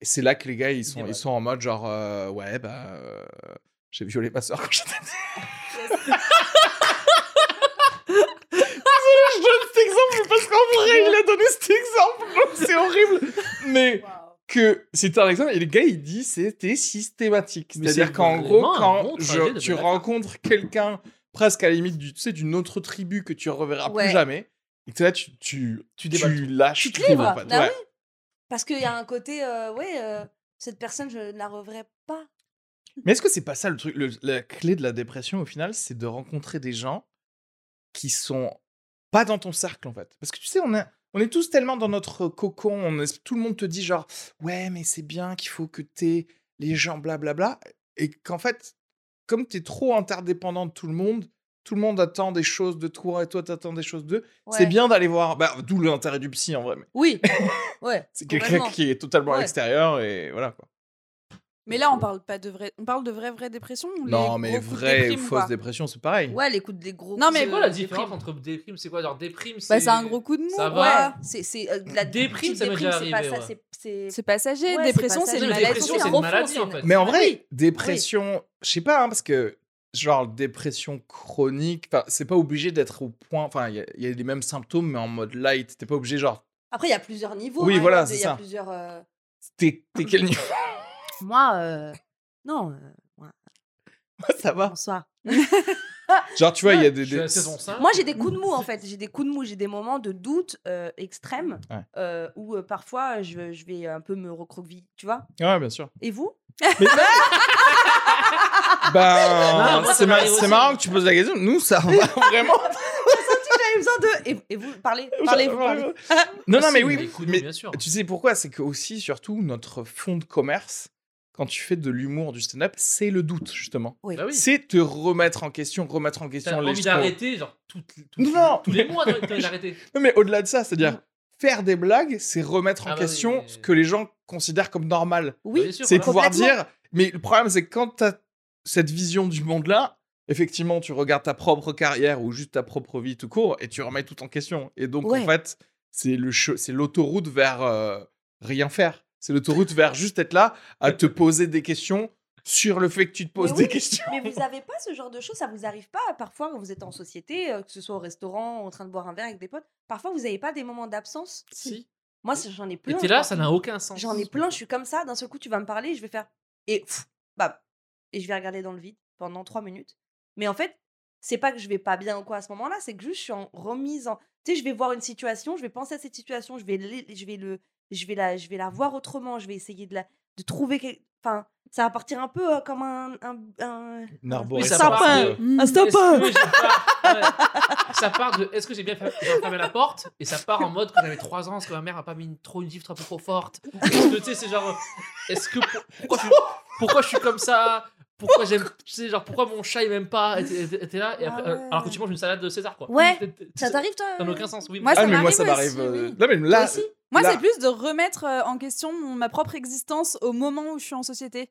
Speaker 1: et c'est là que les gars ils sont, ils
Speaker 2: mal.
Speaker 1: sont en mode genre euh, ouais, bah euh, j'ai violé ma soeur quand j'étais. <laughs> Désolé, je donne cet exemple parce qu'en vrai il a donné cet exemple, c'est horrible, mais que c'est un exemple et le gars il dit c'était systématique
Speaker 2: Mais
Speaker 1: c'est à dire
Speaker 2: c'est
Speaker 1: qu'en
Speaker 2: vraiment
Speaker 1: gros
Speaker 2: un
Speaker 1: quand
Speaker 2: bon
Speaker 1: je-
Speaker 2: trajet de hein.
Speaker 1: tu
Speaker 2: blague.
Speaker 1: rencontres quelqu'un presque à la limite du tu sais d'une autre tribu que tu reverras
Speaker 3: Ouais.
Speaker 1: plus jamais et que là tu tu tu,
Speaker 2: déballes tout.
Speaker 1: lâches
Speaker 3: Tu te
Speaker 1: tout,
Speaker 3: livres.
Speaker 1: en fait.
Speaker 3: Bah
Speaker 1: Ouais.
Speaker 3: Parce qu'il y a un côté, euh, ouais, euh, cette personne, je ne la reverrai pas.
Speaker 1: mais est-ce que c'est pas ça le truc le- la clé de la dépression au final c'est de rencontrer des gens qui sont pas dans ton cercle en fait parce que tu sais on est on est tous tellement dans notre cocon on est- tout le monde te dit genre ouais mais c'est bien qu'il faut que t'aies les gens blablabla et qu'en fait comme t'es trop interdépendant de tout le monde tout le monde attend des choses de toi et toi t'attends des choses d'eux c'est
Speaker 3: Ouais.
Speaker 1: bien d'aller voir bah, d'où l'intérêt du psy en vrai mais
Speaker 3: Oui. <laughs> ouais.
Speaker 1: c'est quelqu'un
Speaker 3: complètement.
Speaker 1: qui est totalement à
Speaker 3: Ouais.
Speaker 1: l'extérieur et voilà quoi
Speaker 5: Mais là, on parle pas de vrai. On parle de vraie, vraie dépression. ou les
Speaker 1: non mais
Speaker 5: gros coups de
Speaker 1: vraie ou
Speaker 5: déprime,
Speaker 1: fausse
Speaker 5: quoi
Speaker 1: dépression c'est pareil
Speaker 3: Ouais, l'écoute des gros.
Speaker 5: Non, mais
Speaker 2: C'est
Speaker 3: coups,
Speaker 2: quoi la
Speaker 3: euh, déprime.
Speaker 2: différence entre déprime C'est quoi Genre déprime
Speaker 5: Bah, c'est un gros coup de mou.
Speaker 2: Ça
Speaker 5: ouais.
Speaker 2: va.
Speaker 3: Ouais, c'est c'est euh, la
Speaker 2: Déprime, ça
Speaker 3: petite
Speaker 2: m'est
Speaker 3: déprime,
Speaker 2: déjà
Speaker 3: c'est pas
Speaker 2: arrivé,
Speaker 3: ça,
Speaker 2: ouais.
Speaker 3: c'est- c'est
Speaker 5: C'est passager.
Speaker 3: Ouais, c'est
Speaker 5: dépression, c'est
Speaker 3: passager.
Speaker 5: une
Speaker 2: Une
Speaker 5: maladie.
Speaker 2: dépression,
Speaker 5: hein.
Speaker 2: c'est une maladie, en fait.
Speaker 1: Mais en vrai,
Speaker 3: Oui.
Speaker 1: dépression, je sais pas, hein, parce que genre dépression chronique, enfin, c'est pas obligé d'être au point. Enfin, il y a- il y, a les mêmes symptômes, mais en mode light. T'es pas obligé, genre,
Speaker 3: Après, il y a plusieurs niveaux.
Speaker 1: Oui,
Speaker 3: hein,
Speaker 1: voilà,
Speaker 3: il y a-
Speaker 1: c'est
Speaker 3: il y a
Speaker 1: ça.
Speaker 3: plusieurs. euh,
Speaker 1: t'es t'es quel niveau <laughs>
Speaker 3: Moi, euh, non. euh,
Speaker 1: Ça va.
Speaker 3: Bonsoir.
Speaker 1: Genre, tu vois, il y a des.
Speaker 2: Je suis
Speaker 1: des-
Speaker 2: à saison 5.
Speaker 3: Moi, j'ai des
Speaker 1: <laughs>
Speaker 3: coups de mou en fait. J'ai des coups de mou, j'ai des moments de doute euh, extrêmes
Speaker 1: Ouais.
Speaker 3: euh, où euh, parfois je, je vais un peu me recroqueviller, tu vois.
Speaker 1: Ouais, bien sûr.
Speaker 3: Et vous
Speaker 1: Ben,
Speaker 2: Non, moi,
Speaker 1: Bah, c'est
Speaker 2: ça
Speaker 1: mar-
Speaker 2: m'arrive
Speaker 1: c'est
Speaker 2: aussi.
Speaker 1: marrent que tu poses la question. Nous, ça va <laughs> vraiment.
Speaker 3: J'avais besoin de. Et, et vous parlez, parlez, vous parlez.
Speaker 1: non, non, mais
Speaker 2: Ah, si,
Speaker 1: oui.
Speaker 2: des coups de mou,
Speaker 1: Mais
Speaker 2: bien sûr.
Speaker 1: tu sais pourquoi C'est que aussi, surtout, notre fond de commerce, quand tu fais de l'humour, du stand-up, c'est le doute, justement.
Speaker 3: Oui.
Speaker 2: Bah oui.
Speaker 1: C'est te remettre en question, remettre en
Speaker 2: T'as
Speaker 1: question les
Speaker 2: envie
Speaker 1: choses.
Speaker 2: d'arrêter, genre, toutes- toutes-
Speaker 1: Non,
Speaker 2: tous les mois, t'as t'as envie d'arrêter.
Speaker 1: Non, mais au-delà de ça, c'est-à-dire faire des blagues, c'est remettre en
Speaker 2: Mm. Ah bah oui,
Speaker 1: question
Speaker 2: mais-
Speaker 1: ce que les gens considèrent comme normal.
Speaker 3: Oui.
Speaker 2: Bien sûr,
Speaker 1: C'est
Speaker 2: voilà.
Speaker 1: pouvoir
Speaker 3: Complètement.
Speaker 1: dire, mais le problème, c'est que quand t'as cette vision du monde-là, effectivement, tu regardes ta propre carrière ou juste ta propre vie tout court et tu remets tout en question. Et donc,
Speaker 3: Ouais.
Speaker 1: en fait, c'est le che- c'est l'autoroute vers euh, rien faire. C'est l'autoroute vers juste être là à te poser des questions sur le fait que tu te poses
Speaker 3: Mais
Speaker 1: des
Speaker 3: oui, <laughs>
Speaker 1: questions.
Speaker 2: <laughs>
Speaker 3: Mais vous n'avez pas ce genre de choses, ça vous arrive pas parfois quand vous êtes en société, euh, que ce soit au restaurant, en train de boire un verre avec des potes. Parfois, vous n'avez pas des moments d'absence.
Speaker 2: Si.
Speaker 3: Moi, ça, j'en ai
Speaker 2: Et
Speaker 3: plein.
Speaker 2: t'es là,
Speaker 3: genre.
Speaker 2: ça n'a aucun sens.
Speaker 3: J'en ai plein, je suis comme ça. D'un seul coup, tu vas me parler, je vais faire. Et pff, bam. Et je vais regarder dans le vide pendant trois minutes. Mais en fait, c'est pas que je vais pas bien ou quoi à ce moment-là, c'est que juste je suis en remise en. Tu sais, je vais voir une situation, je vais penser à cette situation, je vais, l'é- je vais, le, je vais, la, je vais la voir autrement, je vais essayer de, la, de trouver. quel- Enfin, ça va partir un peu euh, comme un. un, un-
Speaker 1: Une
Speaker 2: arborescence
Speaker 3: sapin.
Speaker 2: part
Speaker 1: Ah,
Speaker 2: de-
Speaker 5: Mm.
Speaker 2: Est-ce que j'ai pas- ouais. Ça part de est-ce que j'ai bien fer- bien fermé la porte et ça part en mode quand j'avais 3 ans, est-ce que ma mère a pas mis une, trop une gifle un peu trop forte Est-ce que, Tu sais, c'est genre est-ce que pour- pourquoi, je, pourquoi je suis comme ça Pourquoi j'aime tu sais, genre pourquoi mon chat il m'aime pas Et t'es- et t'es là et
Speaker 3: Ah
Speaker 2: après, euh,
Speaker 3: ouais.
Speaker 2: alors que tu manges une salade de César quoi.
Speaker 3: Ouais.
Speaker 2: T'es- t'es-
Speaker 3: Ça t'arrive, toi euh,
Speaker 2: Ça n'a aucun sens, oui.
Speaker 5: Moi,
Speaker 1: Ah,
Speaker 5: ça
Speaker 1: mais moi,
Speaker 5: m'arrive
Speaker 1: ça m'arrive.
Speaker 5: aussi,
Speaker 1: euh,
Speaker 5: oui.
Speaker 1: Là, mais là,
Speaker 3: aussi
Speaker 5: Moi,
Speaker 1: Là.
Speaker 5: c'est plus de remettre euh, en question mon- ma propre existence au moment où je suis en
Speaker 3: <laughs>
Speaker 5: société.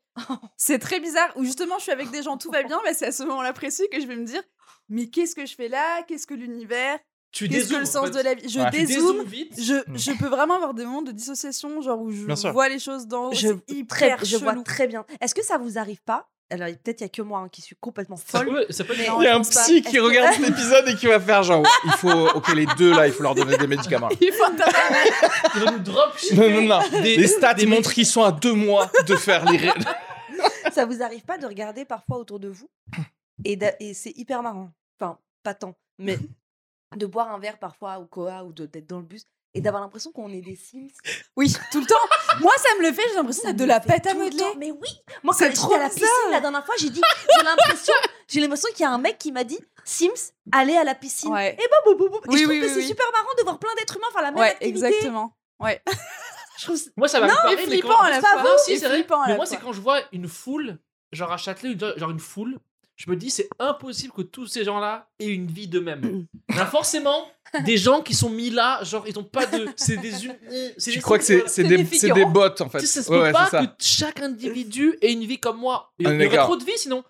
Speaker 5: c'est très bizarre. Où justement, je suis avec des gens, tout va bien, mais c'est à ce moment-là précis que je vais me dire Mais qu'est-ce que je fais là Qu'est-ce que l'univers
Speaker 2: tu
Speaker 5: Qu'est-ce que le sens de la vie Je
Speaker 1: Ouais.
Speaker 2: Tu
Speaker 5: dézoome.
Speaker 2: dézoomes vite.
Speaker 5: Je,
Speaker 1: Mm.
Speaker 5: je peux vraiment avoir des moments de dissociation, genre où je
Speaker 1: Bien sûr.
Speaker 5: vois les choses d'en haut.
Speaker 3: je,
Speaker 5: c'est hyper
Speaker 3: très, je vois
Speaker 5: chelou.
Speaker 3: très bien. Est-ce que ça vous arrive pas Alors, peut-être il y a que moi hein, qui suis complètement
Speaker 2: Ça
Speaker 3: folle.
Speaker 2: peut, ça peut être-
Speaker 3: Mais-
Speaker 1: il y a un
Speaker 5: je pense pas.
Speaker 1: psy qui
Speaker 5: <laughs>
Speaker 1: regarde cet épisode et qui va faire genre, il faut, ok, les deux là, il faut leur donner des médicaments.
Speaker 5: Il <laughs> faut intervenir.
Speaker 2: il va nous drop
Speaker 1: Non, non, non.
Speaker 2: Des-
Speaker 1: Les stats
Speaker 2: des-
Speaker 1: montrent qu'ils sont à deux mois de faire les. ré-
Speaker 3: ça vous arrive pas de regarder parfois autour de vous et, d'a- et c'est hyper marrant. Enfin, pas tant, mais
Speaker 5: <laughs>
Speaker 3: de boire un verre parfois au Coa ou de- d'être dans le bus et d'avoir l'impression qu'on est des Sims.
Speaker 5: Oui, tout le temps. Moi, ça me le fait, j'ai l'impression
Speaker 3: Ça
Speaker 5: d'être de
Speaker 3: me
Speaker 5: la
Speaker 3: fait
Speaker 5: pâte à
Speaker 3: tout le
Speaker 5: modeler.
Speaker 3: temps. Mais oui, moi
Speaker 5: C'est
Speaker 3: quand j'étais
Speaker 5: trop
Speaker 3: à la piscine la dernière fois, j'ai dit j'ai l'impression, j'ai l'impression qu'il y a un mec qui m'a dit Sims, allez à la piscine.
Speaker 5: Ouais.
Speaker 3: Et bah, boum, boum, boum. Et
Speaker 5: Oui,
Speaker 3: je trouve
Speaker 5: oui,
Speaker 3: que
Speaker 5: oui,
Speaker 3: c'est
Speaker 5: oui.
Speaker 3: super marrant de voir plein d'êtres humains faire la même
Speaker 5: Ouais,
Speaker 3: activité.
Speaker 5: exactement. Ouais.
Speaker 3: Je trouve ça-
Speaker 2: Moi, ça va
Speaker 3: Non,
Speaker 2: me parler,
Speaker 5: mais
Speaker 2: mais
Speaker 5: flippant
Speaker 2: quand-
Speaker 5: à la
Speaker 2: pas
Speaker 5: fois.
Speaker 2: vous, si,
Speaker 5: Et
Speaker 2: c'est vrai.
Speaker 5: flippant à
Speaker 2: Mais
Speaker 5: la
Speaker 2: moi,
Speaker 5: fois.
Speaker 2: c'est quand je vois une foule, genre à Châtelet, une- genre une foule, je me dis, c'est impossible que tous ces gens-là aient une vie
Speaker 5: <clears throat>
Speaker 2: d'eux-mêmes. Il y a forcément des gens qui sont mis là, genre, ils ont pas de. C'est des.
Speaker 5: <laughs>
Speaker 2: hum- c'est
Speaker 1: Tu
Speaker 2: des-
Speaker 1: crois que c'est c'est
Speaker 5: c'est
Speaker 1: des,
Speaker 5: des
Speaker 1: c'est des
Speaker 5: figurants.
Speaker 1: bots en fait.
Speaker 2: Tu sais, ça se
Speaker 1: Ouais,
Speaker 2: peut
Speaker 1: ouais,
Speaker 2: pas
Speaker 1: c'est ça.
Speaker 2: que chaque individu ait une vie comme moi. Il y
Speaker 1: Ah, les
Speaker 2: aurait
Speaker 1: gars.
Speaker 2: trop de vies sinon.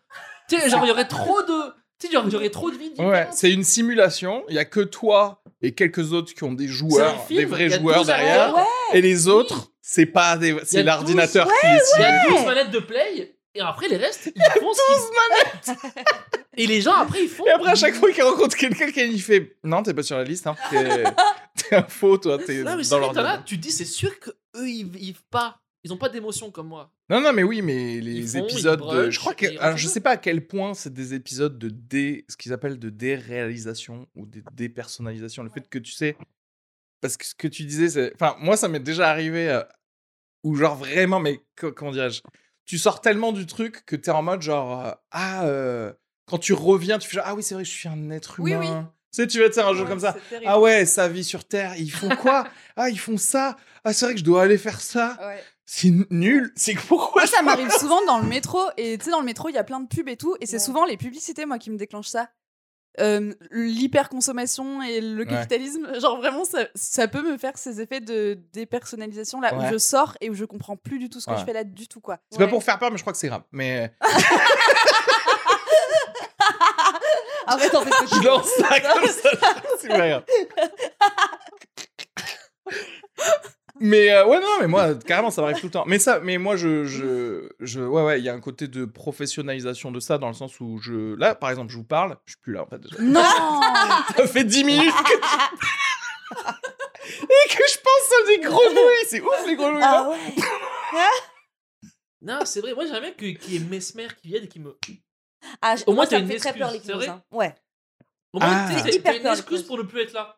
Speaker 2: Tu sais, genre, il y aurait trop de. Tu sais, genre, il y aurait trop de vies.
Speaker 1: Ouais,
Speaker 2: différentes.
Speaker 1: c'est une simulation. Il y a que toi et quelques autres qui ont des joueurs,
Speaker 2: C'est un film,
Speaker 1: des vrais
Speaker 2: il y a
Speaker 1: joueurs
Speaker 2: 12 arrêts.
Speaker 1: derrière.
Speaker 2: Ouais.
Speaker 1: Et les autres, c'est pas des, c'est
Speaker 2: y a
Speaker 1: l'ordinateur
Speaker 3: 12,
Speaker 1: qui décide.
Speaker 2: Il y a 12 manettes de play. Et après, les restes, ils font ce qu'ils... manettes <laughs> Et les gens, après, ils font...
Speaker 1: Et après, à
Speaker 2: <laughs>
Speaker 1: chaque fois qu'il rencontre quelqu'un, qui fait Non, t'es pas sur la liste, hein.
Speaker 2: <laughs>
Speaker 1: T'es t'es un faux, toi. T'es
Speaker 2: Non,
Speaker 1: dans
Speaker 2: mais c'est vrai, t'as là,
Speaker 1: l'ordinateur.
Speaker 2: tu te dis, c'est sûr que eux ils vivent pas. Ils ont pas d'émotion comme moi.
Speaker 1: Non, non, mais oui, mais les
Speaker 2: Ils font,
Speaker 1: épisodes
Speaker 2: ils
Speaker 1: de.
Speaker 2: brunchent,
Speaker 1: Je crois que.
Speaker 2: et ils
Speaker 1: Alors, je
Speaker 2: refont
Speaker 1: sais pas à quel point c'est des épisodes de dé. ce qu'ils appellent de déréalisation ou de dépersonnalisation. Le fait que tu sais. Parce que ce que tu disais, c'est. Enfin, moi, ça m'est déjà arrivé euh, où, genre, vraiment, mais co- comment dirais-je Tu sors tellement du truc que t'es en mode, genre, euh, ah, euh, quand tu reviens, tu fais genre, ah oui, c'est vrai, je suis un être
Speaker 5: Oui,
Speaker 1: humain.
Speaker 5: oui.
Speaker 1: Tu sais, tu vas te faire un jeu comme ça.
Speaker 5: C'est terrible.
Speaker 1: Ah ouais, sa vie sur Terre, ils font
Speaker 2: <laughs>
Speaker 1: quoi Ah, ils font ça Ah, c'est vrai que je dois aller faire ça
Speaker 5: Ouais.
Speaker 1: C'est nul C'est que pourquoi
Speaker 5: Moi, ça m'arrive souvent dans le métro. Et tu sais, dans le métro, il y a plein de pubs et tout. Et c'est
Speaker 3: Ouais.
Speaker 5: souvent les publicités, moi, qui me déclenchent ça. Euh, L'hyperconsommation et le capitalisme, genre vraiment, ça, ça peut me faire ces effets de dépersonnalisation là
Speaker 1: Ouais.
Speaker 5: où je sors et où je comprends plus du tout ce que
Speaker 1: Ouais.
Speaker 5: je fais là du tout, quoi.
Speaker 1: C'est pas pour faire peur, mais je crois que c'est grave. Mais euh,
Speaker 3: Arrête, en fait,
Speaker 2: <laughs>
Speaker 3: ce que tu
Speaker 1: je
Speaker 3: veux.
Speaker 1: lance ça comme ça. <laughs> C'est pas grave. Mais euh, ouais, non, mais moi, carrément, ça m'arrive tout le temps. Mais ça, mais moi, je, je, je ouais, ouais, il y a un côté de professionnalisation de ça dans le sens où je, là, par exemple, je vous parle, je suis plus là en fait.
Speaker 5: Non
Speaker 3: Ah.
Speaker 5: <laughs>
Speaker 1: <laughs> Ça fait 10 minutes que <laughs> et que je pense à des grenouilles. C'est ouf les grenouilles. hein.
Speaker 3: Ah ouais.
Speaker 2: Non, c'est vrai. Moi, j'aimerais bien que- qu'il y ait Mesmer qui vienne et qui me...
Speaker 3: Ah, je-
Speaker 2: Au
Speaker 3: moi,
Speaker 2: moins,
Speaker 3: ça
Speaker 2: t'as
Speaker 3: me
Speaker 2: une
Speaker 3: fait très peur
Speaker 2: excuse, c'est
Speaker 3: l'hypnose.
Speaker 2: vrai
Speaker 3: hein. Ouais.
Speaker 2: Au moins,
Speaker 1: Ah.
Speaker 2: tu sais,
Speaker 1: C'est
Speaker 2: t'as-
Speaker 3: hyper
Speaker 2: t'as une
Speaker 3: peur,
Speaker 2: excuse
Speaker 3: l'hypnose.
Speaker 2: pour ne plus être là.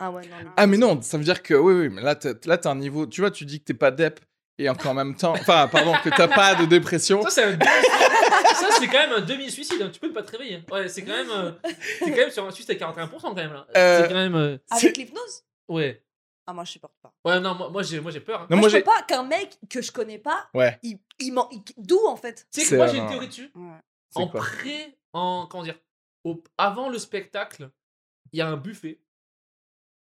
Speaker 3: Ah ouais, non. non.
Speaker 1: Ah mais non, ça veut dire que oui oui, mais là t'as là t'as un niveau, tu vois, tu dis que t'es pas dep et en en même temps, enfin pardon, que t'as pas de dépression.
Speaker 2: Ça, c'est un demi- <laughs> Ça, c'est quand même un demi-suicide. hein. Tu peux ne pas te réveiller. hein. Ouais, c'est quand même... euh, C'est quand même sur un suicide à 41% quand même. là.
Speaker 1: Euh,
Speaker 2: C'est quand même... euh,
Speaker 3: Avec l'hypnose
Speaker 2: Ouais.
Speaker 3: Ah, moi, je supporte pas.
Speaker 2: Ouais, non, moi, moi, j'ai moi, j'ai peur. hein.
Speaker 1: Non,
Speaker 3: moi,
Speaker 1: moi
Speaker 3: je
Speaker 1: j'ai
Speaker 3: peux pas qu'un mec que je connais pas,
Speaker 1: Ouais.
Speaker 3: il, il m'en- il- D'où, en fait
Speaker 2: Tu sais
Speaker 1: C'est
Speaker 2: que moi,
Speaker 1: un-
Speaker 2: j'ai une théorie dessus.
Speaker 1: C'est
Speaker 2: En
Speaker 1: quoi
Speaker 2: pré... En... Comment dire au- Avant le spectacle, il y a un buffet.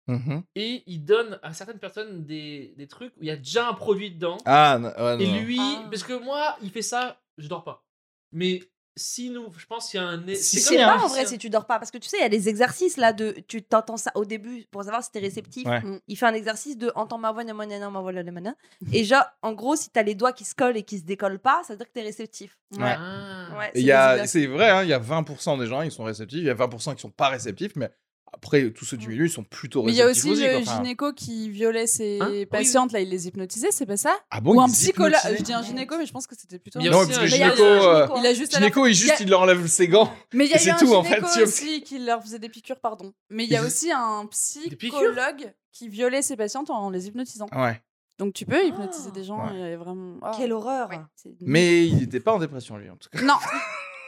Speaker 1: Mhm.
Speaker 2: et il donne à certaines personnes des, des trucs où il y a déjà un produit dedans.
Speaker 1: Ah non, ouais, non,
Speaker 2: et
Speaker 1: non.
Speaker 2: lui,
Speaker 5: Ah.
Speaker 2: parce que moi, il fait ça, je dors pas. Mais si nous, je pense qu'il y a un. é-
Speaker 3: Je
Speaker 1: Si,
Speaker 2: c'est
Speaker 1: si,
Speaker 2: comme-
Speaker 3: sais
Speaker 1: hein.
Speaker 3: pas en vrai si tu dors pas parce que tu sais il y a des exercices là de tu t'entends ça au début pour savoir si t'es réceptif.
Speaker 1: Ouais.
Speaker 5: Mm.
Speaker 3: Il fait un exercice de entends ma voix nanana, nanana, ma voix nanana. et genre en gros si t'as les doigts qui se collent et qui se décollent pas ça veut dire que t'es réceptif.
Speaker 1: Ouais.
Speaker 2: Ah.
Speaker 3: Ouais,
Speaker 1: Et
Speaker 3: c'est
Speaker 1: il y a-
Speaker 3: des exercices.
Speaker 1: C'est vrai, hein, il y a 20% des gens, ils sont réceptifs, il y a 20% qui sont pas réceptifs, mais après, tous ceux du milieu, ils sont plutôt
Speaker 5: Mais il y a
Speaker 1: réceptifs.
Speaker 5: aussi le
Speaker 1: aussi, quoi. Enfin,
Speaker 5: gynéco qui violait ses
Speaker 2: Hein Oui,
Speaker 5: patientes, là, il les hypnotisait, c'est pas ça
Speaker 1: Ah bon,
Speaker 5: Ou
Speaker 1: ils
Speaker 5: un
Speaker 1: disent
Speaker 5: psychologue. euh,
Speaker 1: hypnotiser
Speaker 5: Je dis un gynéco, mais je pense que c'était plutôt.
Speaker 2: Mais il y a
Speaker 1: Non,
Speaker 2: aussi
Speaker 1: parce
Speaker 2: un
Speaker 1: que
Speaker 5: Mais il y a
Speaker 1: gynéco,
Speaker 5: un
Speaker 1: euh,
Speaker 5: gynéco, Il a juste. à la-
Speaker 1: gynéco, il juste,
Speaker 5: il y a-
Speaker 1: il leur enlève ses gants.
Speaker 5: Mais il y a
Speaker 1: et c'est
Speaker 5: eu un
Speaker 1: tout, en
Speaker 5: gynéco
Speaker 1: fait, tu-
Speaker 5: aussi qui leur faisait des piqûres, pardon. Mais il y a
Speaker 1: Ils-
Speaker 5: aussi un
Speaker 2: piqûres
Speaker 5: psychologue qui violait ses patientes en les hypnotisant.
Speaker 1: Ouais.
Speaker 5: Donc tu peux hypnotiser
Speaker 3: Ah.
Speaker 5: des gens et vraiment. ah,
Speaker 3: Quelle horreur.
Speaker 5: ouais, c'est-
Speaker 1: Mais il n'était pas en dépression, lui, en tout cas. <laughs>
Speaker 5: Non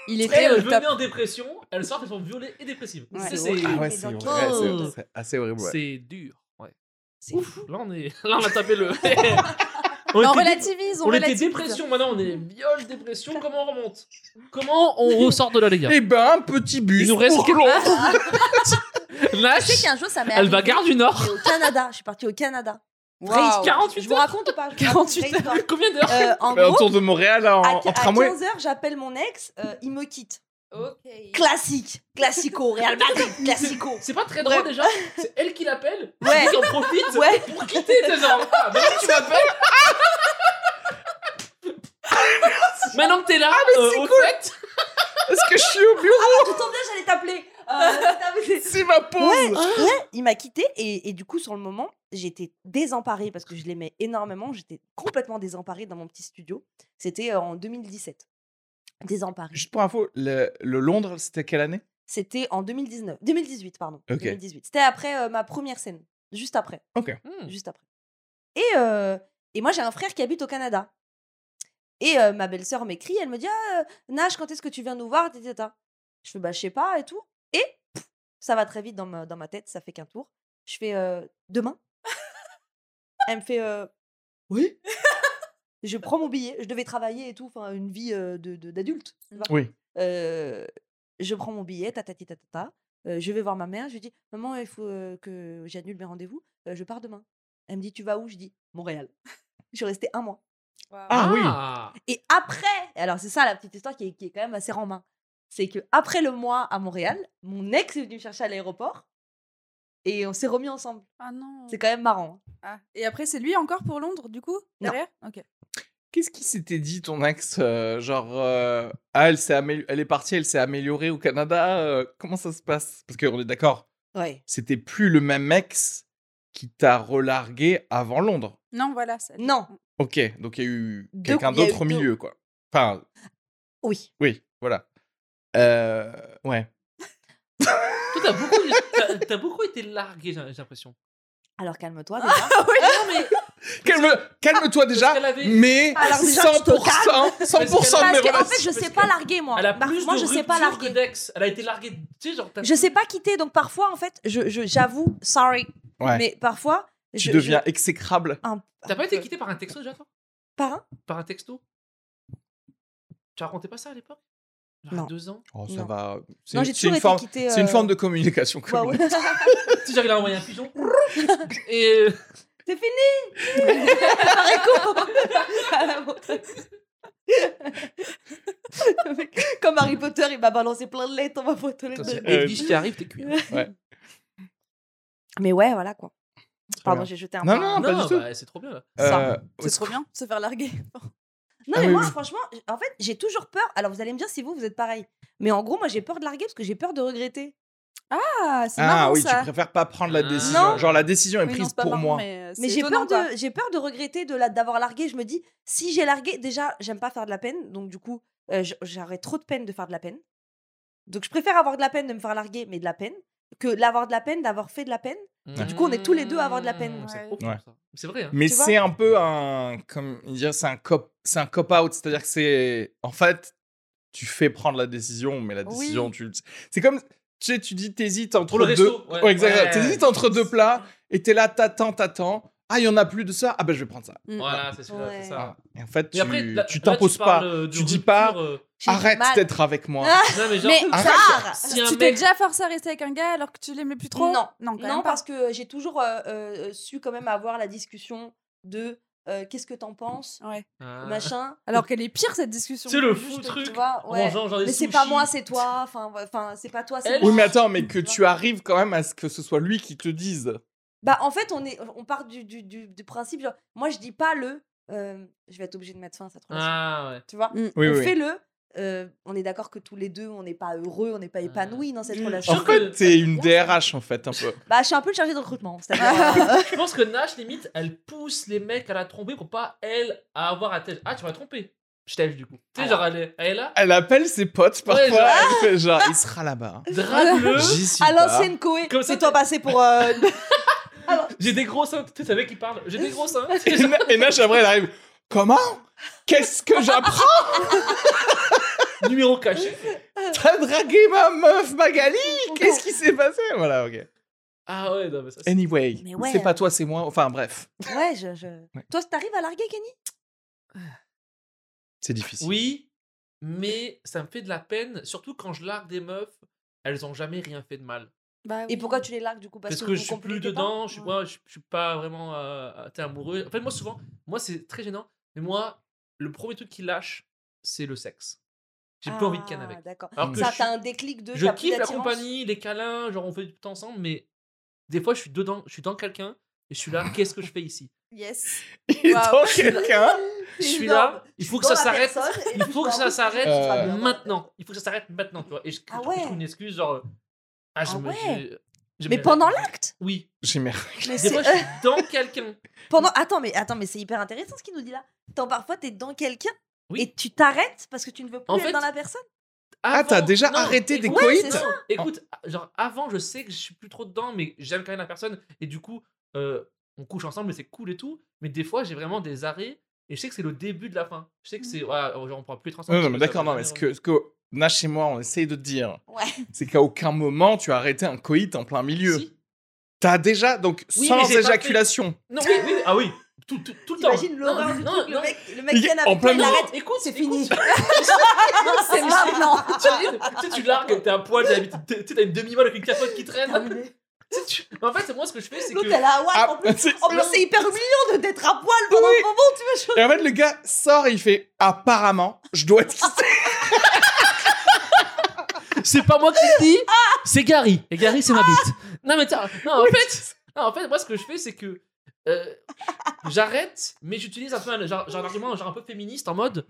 Speaker 5: Il
Speaker 2: Elle,
Speaker 5: était au
Speaker 2: elle
Speaker 5: top.
Speaker 2: venait en dépression, elle sort, elles sont violées et dépressives.
Speaker 5: Ouais.
Speaker 2: Ça,
Speaker 5: C'est
Speaker 2: C'est
Speaker 1: Ah ouais,
Speaker 3: Mais
Speaker 1: c'est
Speaker 3: dans
Speaker 1: vrai,
Speaker 2: quel-
Speaker 1: c'est- c'est assez horrible. ouais.
Speaker 2: c'est dur. Ouais.
Speaker 3: C'est
Speaker 2: Ouf,
Speaker 3: <laughs>
Speaker 2: là on est, <laughs> là on a tapé le. on
Speaker 5: Mais on
Speaker 2: était-
Speaker 5: relativise, on,
Speaker 2: on était
Speaker 5: relativise.
Speaker 2: dépression, maintenant on est viol, dépression. Comment on remonte Comment on ressort de là, les gars
Speaker 1: Eh ben, un petit bus.
Speaker 2: Il nous reste
Speaker 1: pour
Speaker 2: que-
Speaker 1: Londres.
Speaker 3: Je sais
Speaker 2: Nash,
Speaker 3: qu'un jour ça m'est
Speaker 2: elle va
Speaker 3: arrivé.
Speaker 2: gare du Nord.
Speaker 3: Mais au Canada, je suis partie au Canada.
Speaker 5: Waouh.
Speaker 3: Vraie histoire.
Speaker 2: 48
Speaker 3: Je vous raconte ou pas Je vous raconte une vraie
Speaker 5: 48
Speaker 3: histoire.
Speaker 2: Combien d'heures
Speaker 3: Euh, en
Speaker 1: <laughs> Mais
Speaker 3: gros,
Speaker 1: autour de Montréal en,
Speaker 3: à,
Speaker 1: en tramway.
Speaker 3: 15h, j'appelle mon ex, euh, il me quitte.
Speaker 5: Ok.
Speaker 3: Classique, classico, Real Madrid, classico.
Speaker 2: C'est pas très drôle
Speaker 3: Ouais.
Speaker 2: déjà C'est elle qui l'appelle
Speaker 3: Ouais.
Speaker 2: Ils en profitent
Speaker 3: Ouais.
Speaker 2: pour quitter tes gens Ah,
Speaker 1: <laughs>
Speaker 3: <laughs>
Speaker 2: Maintenant que tu m'appelles Maintenant que t'es
Speaker 3: Ah,
Speaker 2: là, euh, au fait,
Speaker 1: Est-ce que je suis au bureau
Speaker 3: Tout tombe bien, j'allais t'appeler. Euh,
Speaker 1: C'est ma pause.
Speaker 3: ouais, il m'a quitté et, et du coup, sur le moment, j'étais désemparée parce que je l'aimais énormément. J'étais complètement désemparée dans mon petit studio. C'était euh, en 2017. Désemparée.
Speaker 1: Juste pour info, le, le Londres, c'était quelle année
Speaker 3: C'était en 2019, 2018, pardon.
Speaker 1: Ok.
Speaker 3: 2018. C'était après euh, ma première scène, juste après.
Speaker 2: Hmm.
Speaker 3: juste après. Et, euh, et moi, j'ai un frère qui habite au Canada. Et euh, ma belle-sœur m'écrit, elle me dit ah, euh, Nash, quand est-ce que tu viens nous voir Tata, tata. Je fais Bah, je sais pas et tout. Et pff, ça va très vite dans ma, dans ma tête, ça fait qu'un tour. Je fais euh, Demain Elle me fait euh, Oui Je prends mon billet, je devais travailler et tout, enfin, une vie euh, de- de- d'adulte. tu vois.
Speaker 1: Oui.
Speaker 3: Euh, je prends mon billet, tatati tatata. Euh, je vais voir ma mère, je lui dis Maman, il faut euh, que j'annule mes rendez-vous, Euh, je pars demain. Elle me dit Tu vas où Je dis Montréal. <laughs> je suis restée un mois.
Speaker 1: Ah oui.
Speaker 2: Ah.
Speaker 3: Et après, alors c'est ça la petite histoire qui est, qui est quand même assez en main. C'est que après le mois à Montréal, mon ex est venu me chercher à l'aéroport et on s'est remis ensemble.
Speaker 5: Ah non.
Speaker 3: C'est quand même marrant.
Speaker 5: Ah. Et après, c'est lui encore pour Londres, du coup
Speaker 3: Non.
Speaker 5: Derrière Ok.
Speaker 1: Qu'est-ce qui s'était dit ton ex euh, Genre, euh, ah, elle, s'est amélio- elle est partie, elle s'est améliorée au Canada. euh, comment ça se passe Parce qu'on est d'accord,
Speaker 3: Ouais.
Speaker 1: c'était plus le même ex qui t'a relargué avant Londres.
Speaker 5: Non, voilà. ça-
Speaker 3: Non,
Speaker 1: Ok, donc il y a eu
Speaker 3: Deux-
Speaker 1: quelqu'un
Speaker 3: il y a eu
Speaker 1: d'autre au
Speaker 3: deux.
Speaker 1: milieu, quoi. Enfin,
Speaker 3: oui.
Speaker 1: oui, voilà. Euh, ouais.
Speaker 2: Toi, t'as beaucoup, t'as- t'as beaucoup été largué, j'ai j'ai l'impression. Ah,
Speaker 3: Alors calme-toi déjà.
Speaker 1: Calme, calme-toi déjà,
Speaker 2: qu'elle avait-
Speaker 1: mais
Speaker 3: Alors Ah, déjà, tu te
Speaker 1: 100%, 100 de mes
Speaker 3: Parce qu'en
Speaker 1: relations.
Speaker 3: fait, je
Speaker 2: parce
Speaker 3: sais
Speaker 2: que
Speaker 3: pas larguer moi.
Speaker 2: Elle a
Speaker 3: Oh, Marc,
Speaker 2: plus
Speaker 3: moi,
Speaker 2: de
Speaker 3: je sais pas
Speaker 2: ruptures que
Speaker 3: larguer.
Speaker 2: d'ex. Elle a été larguée. Tu sais, genre, t'as-
Speaker 3: Je sais pas quitter, donc parfois en fait, je je- j'avoue, sorry,
Speaker 1: Ouais.
Speaker 3: ah, mais parfois
Speaker 1: tu
Speaker 3: je je-
Speaker 1: deviens exécrable.
Speaker 3: un,
Speaker 2: T'as pas été
Speaker 3: peu.
Speaker 2: quitté par un texto déjà, toi
Speaker 3: par un.
Speaker 2: Par un texto Tu racontais pas ça à l'époque Genre,
Speaker 3: Non.
Speaker 2: à deux ans
Speaker 1: Oh, ça
Speaker 3: Non.
Speaker 1: va. C'est
Speaker 3: Non,
Speaker 1: c'est
Speaker 3: j'ai toujours
Speaker 1: une,
Speaker 3: été
Speaker 1: forme-
Speaker 3: quittée.
Speaker 1: c'est une
Speaker 3: euh,
Speaker 1: forme de
Speaker 3: <laughs>
Speaker 1: communication.
Speaker 3: ouais, <laughs>
Speaker 1: comme-
Speaker 3: ouais.
Speaker 2: Tu sais, genre, il a envoyé un pigeon.
Speaker 3: <laughs>
Speaker 2: Et. euh,
Speaker 3: C'est fini Haricot <laughs> Comme Harry Potter, il m'a balancé plein de lettres, on m'a foutu les
Speaker 1: Attention.
Speaker 3: deux.
Speaker 1: Euh,
Speaker 2: Edwige qui arrive, t'es cuit.
Speaker 3: Mais ouais, voilà quoi. Pardon,
Speaker 1: bien.
Speaker 3: j'ai jeté un
Speaker 1: Non,
Speaker 3: pain.
Speaker 1: non,
Speaker 2: Non,
Speaker 1: pas du tout.
Speaker 2: bah, c'est trop bien là.
Speaker 1: Euh,
Speaker 5: C'est trop bien, se faire larguer.
Speaker 3: Non,
Speaker 1: Ah
Speaker 3: mais
Speaker 1: oui,
Speaker 3: moi,
Speaker 1: oui.
Speaker 3: franchement, j- en fait, j'ai toujours peur. Alors, vous allez me dire si vous, vous êtes pareil. Mais en gros, moi, j'ai peur de larguer parce que j'ai peur de regretter.
Speaker 5: Ah, c'est
Speaker 1: Ah
Speaker 5: marrant
Speaker 1: oui,
Speaker 5: ça.
Speaker 1: tu préfères pas prendre la
Speaker 2: Ah.
Speaker 1: décision.
Speaker 3: Non.
Speaker 1: Genre la décision est
Speaker 5: Oui, non,
Speaker 1: prise
Speaker 5: c'est pas
Speaker 1: pour
Speaker 5: marrant,
Speaker 1: moi.
Speaker 5: Mais, euh,
Speaker 3: Mais
Speaker 5: c'est
Speaker 3: j'ai peur,
Speaker 5: étonnant, quoi.
Speaker 3: de, j'ai peur de regretter de la- d'avoir largué. Je me dis, si j'ai largué, déjà, j'aime pas faire de la peine. Donc, du coup, euh, j- j'aurais trop de peine de faire de la peine. Donc, je préfère avoir de la peine de me faire larguer, mais de la peine, que l'avoir de la peine, d'avoir fait de la peine. Et Ah, du coup, on est tous les deux à avoir de la peine.
Speaker 2: Mmh, c'est
Speaker 5: Ouais.
Speaker 2: trop cool,
Speaker 1: Ouais.
Speaker 2: ça. C'est vrai. Hein.
Speaker 1: Mais
Speaker 3: euh, Tu vois
Speaker 1: c'est un peu un comme dire c'est un cop c'est un cop out, c'est-à-dire que c'est en fait tu fais prendre la décision mais la
Speaker 5: Oui.
Speaker 1: décision tu le- c'est comme tu sais tu dis t'hésites entre
Speaker 2: Pour le
Speaker 1: deux
Speaker 2: resto.
Speaker 1: Ouais, exactement.
Speaker 2: Ouais.
Speaker 1: T'hésites entre deux plats et t'es là t'attends t'attends ah il y en a plus de ça ah ben je vais prendre ça
Speaker 5: Mm.
Speaker 2: Voilà, c'est ça.
Speaker 3: Ouais.
Speaker 2: c'est
Speaker 1: Ah.
Speaker 2: ça.
Speaker 1: et en fait
Speaker 2: Mais
Speaker 1: tu
Speaker 2: après, là-
Speaker 1: tu
Speaker 2: là,
Speaker 1: t'imposes pas
Speaker 2: parles, euh, de
Speaker 1: Tu dis
Speaker 2: rupture,
Speaker 1: pas,
Speaker 2: euh,
Speaker 3: J'ai
Speaker 1: arrête
Speaker 3: mal.
Speaker 1: d'être avec moi
Speaker 3: Ah,
Speaker 2: Non, mais genre.
Speaker 5: Mais
Speaker 1: Arrête.
Speaker 3: Sarah
Speaker 2: Si un
Speaker 5: Tu t'es
Speaker 2: mec.
Speaker 5: déjà forcé à rester avec un gars alors que tu l'aimes plus trop
Speaker 3: Non.
Speaker 5: non, quand
Speaker 3: Non,
Speaker 5: même pas.
Speaker 3: parce que j'ai toujours euh, euh, su quand même avoir la discussion de euh, qu'est-ce que t'en penses,
Speaker 5: Ouais.
Speaker 1: Euh.
Speaker 2: Ah.
Speaker 3: machin.
Speaker 5: Alors qu'elle est pire cette discussion.
Speaker 2: C'est le
Speaker 5: Juste,
Speaker 2: fou
Speaker 5: tu
Speaker 2: truc.
Speaker 3: vois, ouais.
Speaker 2: Mangeant genre des
Speaker 3: Mais c'est pas
Speaker 2: sushis.
Speaker 3: moi, c'est toi. Enfin, ouais, enfin, c'est pas toi, c'est
Speaker 2: Elle-
Speaker 3: moi.
Speaker 1: Oui, mais attends, mais que tu arrives quand même à ce que ce soit lui qui te dise.
Speaker 3: Bah, en fait, on, est, on part du, du, du, du principe, genre, moi, je dis pas le. euh, je vais être obligée de mettre fin à cette relation.
Speaker 2: Ah ouais.
Speaker 3: Tu vois
Speaker 5: Mm.
Speaker 1: Oui,
Speaker 3: On
Speaker 1: oui.
Speaker 3: fait le. euh, on est d'accord que tous les deux, on n'est pas heureux, on n'est pas épanouis dans cette
Speaker 2: Mm.
Speaker 3: relation.
Speaker 1: En
Speaker 2: Sûr
Speaker 1: fait,
Speaker 2: que-
Speaker 1: t'es une DRH, en fait, un peu.
Speaker 3: Bah, je suis un peu le chargé de recrutement. C'est-à-dire, euh,
Speaker 2: Je pense que Nash, limite, elle pousse les mecs à la tromper pour pas, elle, à avoir à tel. Ah, tu m'as trompé. Je t'aime, du coup. Tu sais, genre, elle est, elle est là.
Speaker 1: Elle appelle ses potes parfois.
Speaker 2: Ouais, genre-
Speaker 1: elle fait genre,
Speaker 3: Ah.
Speaker 1: il sera
Speaker 2: <laughs>
Speaker 1: là-bas.
Speaker 3: <laughs>
Speaker 2: Drague-le.
Speaker 1: J'y suis
Speaker 3: à
Speaker 1: pas.
Speaker 3: l'ancienne Coé,
Speaker 2: Comme ça,
Speaker 3: fais-toi passer pour. euh, une-
Speaker 2: J'ai des gros seins. Tu savais qui parle. J'ai des gros
Speaker 3: <laughs>
Speaker 2: seins.
Speaker 1: Et Na- Et Nash, après, elle arrive. Comment Qu'est-ce que
Speaker 3: <laughs>
Speaker 1: j'apprends
Speaker 2: Numéro caché.
Speaker 1: T'as dragué ma meuf Magali Qu'est-ce qui s'est passé Voilà, ok.
Speaker 2: Ah ouais, non, mais ça, c'est.
Speaker 1: Anyway,
Speaker 3: Mais ouais.
Speaker 1: c'est pas toi, c'est moi. Enfin, bref,
Speaker 3: Ouais, je. je- Toi, t'arrives à larguer, Kenny
Speaker 1: c'est difficile.
Speaker 2: Oui, mais ça me fait de la peine, surtout quand je largue des meufs, elles ont jamais rien fait de mal.
Speaker 5: Bah oui.
Speaker 3: Et pourquoi tu les largues du coup
Speaker 2: Parce, que,
Speaker 3: vous
Speaker 2: je suis plus
Speaker 3: complétez pas
Speaker 2: dedans, je suis,
Speaker 3: Ouais.
Speaker 2: moi, je, je suis pas vraiment euh, t'es amoureux. En fait, moi, souvent, moi, c'est très gênant, mais moi, le premier truc qui lâche, c'est le sexe. J'ai plus envie de canne
Speaker 3: Ah,
Speaker 2: avec.
Speaker 3: D'accord.
Speaker 2: Alors que
Speaker 3: Ça,
Speaker 2: je,
Speaker 3: t'as un déclic de.
Speaker 2: je
Speaker 3: t'as plus
Speaker 2: kiffe la
Speaker 3: d'attirance.
Speaker 2: compagnie, les câlins, genre on fait du temps ensemble, mais des fois, je suis dedans, je suis dans quelqu'un et je suis là, qu'est-ce que je fais
Speaker 3: <laughs>
Speaker 2: ici
Speaker 5: Yes.
Speaker 1: Il est
Speaker 5: Wow.
Speaker 1: dans
Speaker 2: <laughs>
Speaker 1: quelqu'un.
Speaker 2: Je suis
Speaker 3: énorme.
Speaker 2: là, il faut que
Speaker 3: Dans
Speaker 2: ça
Speaker 3: la
Speaker 2: s'arrête.
Speaker 3: personne, <laughs> et
Speaker 2: Il
Speaker 3: bah, tu
Speaker 2: faut que
Speaker 3: te
Speaker 2: ça
Speaker 3: rends compte
Speaker 2: s'arrête
Speaker 3: tu vas bien.
Speaker 2: maintenant. Il faut que ça s'arrête maintenant, tu vois. Et je,
Speaker 3: Ah
Speaker 2: je
Speaker 3: ouais.
Speaker 2: trouve une excuse, genre. euh, Ah, je
Speaker 3: Ah
Speaker 2: me-
Speaker 3: ouais.
Speaker 2: je- je
Speaker 3: Mais
Speaker 2: me-
Speaker 3: pendant l'acte
Speaker 2: Oui.
Speaker 1: J'ai merdé.
Speaker 3: Mais
Speaker 2: Des
Speaker 3: c'est-
Speaker 2: fois, je
Speaker 3: <laughs>
Speaker 2: suis dans quelqu'un.
Speaker 3: pendant... Attends, mais, attends, mais c'est hyper intéressant ce qu'il nous dit là. Tant parfois, t'es dans quelqu'un
Speaker 2: Oui.
Speaker 3: et tu t'arrêtes parce que tu ne veux plus
Speaker 2: En
Speaker 3: être
Speaker 2: fait,
Speaker 3: dans la personne.
Speaker 1: Ah, t'as
Speaker 2: Avant-
Speaker 1: déjà
Speaker 2: non,
Speaker 1: arrêté des
Speaker 2: écoute-
Speaker 3: Ouais,
Speaker 1: coïts
Speaker 3: c'est ça.
Speaker 2: Non, Écoute, genre avant, je sais que je suis plus trop dedans, mais j'aime quand même la personne. Et du coup, euh, on couche ensemble et c'est cool et tout. Mais des fois, j'ai vraiment des arrêts et je sais que c'est le début de la fin. Je sais que c'est. Voilà, genre, on pourra plus être ensemble.
Speaker 1: Non, non, mais
Speaker 2: parce que bah, ça
Speaker 1: d'accord,
Speaker 2: va
Speaker 1: non, mais
Speaker 2: jamais
Speaker 1: ce que, ce que Nash et moi, on essaye de te dire,
Speaker 3: Ouais.
Speaker 1: c'est qu'à aucun moment tu as arrêté un coït en plein milieu.
Speaker 2: revenir. Si.
Speaker 1: T'as déjà, donc,
Speaker 2: Oui, mais
Speaker 1: sans
Speaker 2: j'ai pas
Speaker 1: éjaculation.
Speaker 2: Non, oui, oui, ah oui, tout, tout, tout le temps.
Speaker 3: T'imagines l'horreur
Speaker 2: Non,
Speaker 3: du
Speaker 2: non,
Speaker 3: truc,
Speaker 2: non.
Speaker 3: le mec, le mec
Speaker 1: Il-
Speaker 3: vient
Speaker 1: en
Speaker 3: avec toi,
Speaker 1: plein
Speaker 3: il
Speaker 1: milieu.
Speaker 3: arrête.
Speaker 2: Écoute,
Speaker 3: C'est
Speaker 2: écoute.
Speaker 3: fini.
Speaker 2: c'est
Speaker 3: C'est maintenant.
Speaker 2: Tu sais, tu sais, tu largues, t'es à poil, t'as- t'as t'as une demi-balle avec une capote qui traîne.
Speaker 3: Terminé.
Speaker 2: Tu sais, tu- En fait, moi, ce que je fais, c'est
Speaker 3: L'autre,
Speaker 2: que.
Speaker 3: elle a un watt,
Speaker 1: Ah,
Speaker 3: en
Speaker 1: <laughs>
Speaker 3: plus.
Speaker 1: c'est-
Speaker 3: En plus, c'est hyper humiliant de- d'être à poil pendant
Speaker 1: Oui.
Speaker 3: un moment, tu vois. je-
Speaker 1: Et en fait, le gars sort et il fait Apparemment, je dois te
Speaker 2: Ah,
Speaker 1: quitter.
Speaker 2: C'est pas moi qui le dis, c'est Gary. Et Gary, c'est ma bite. Ah Non, mais t'as- non, en fait, non, en fait, moi, ce que je fais, c'est que euh, j'arrête, mais j'utilise un peu un, genre, genre un argument genre un peu féministe en mode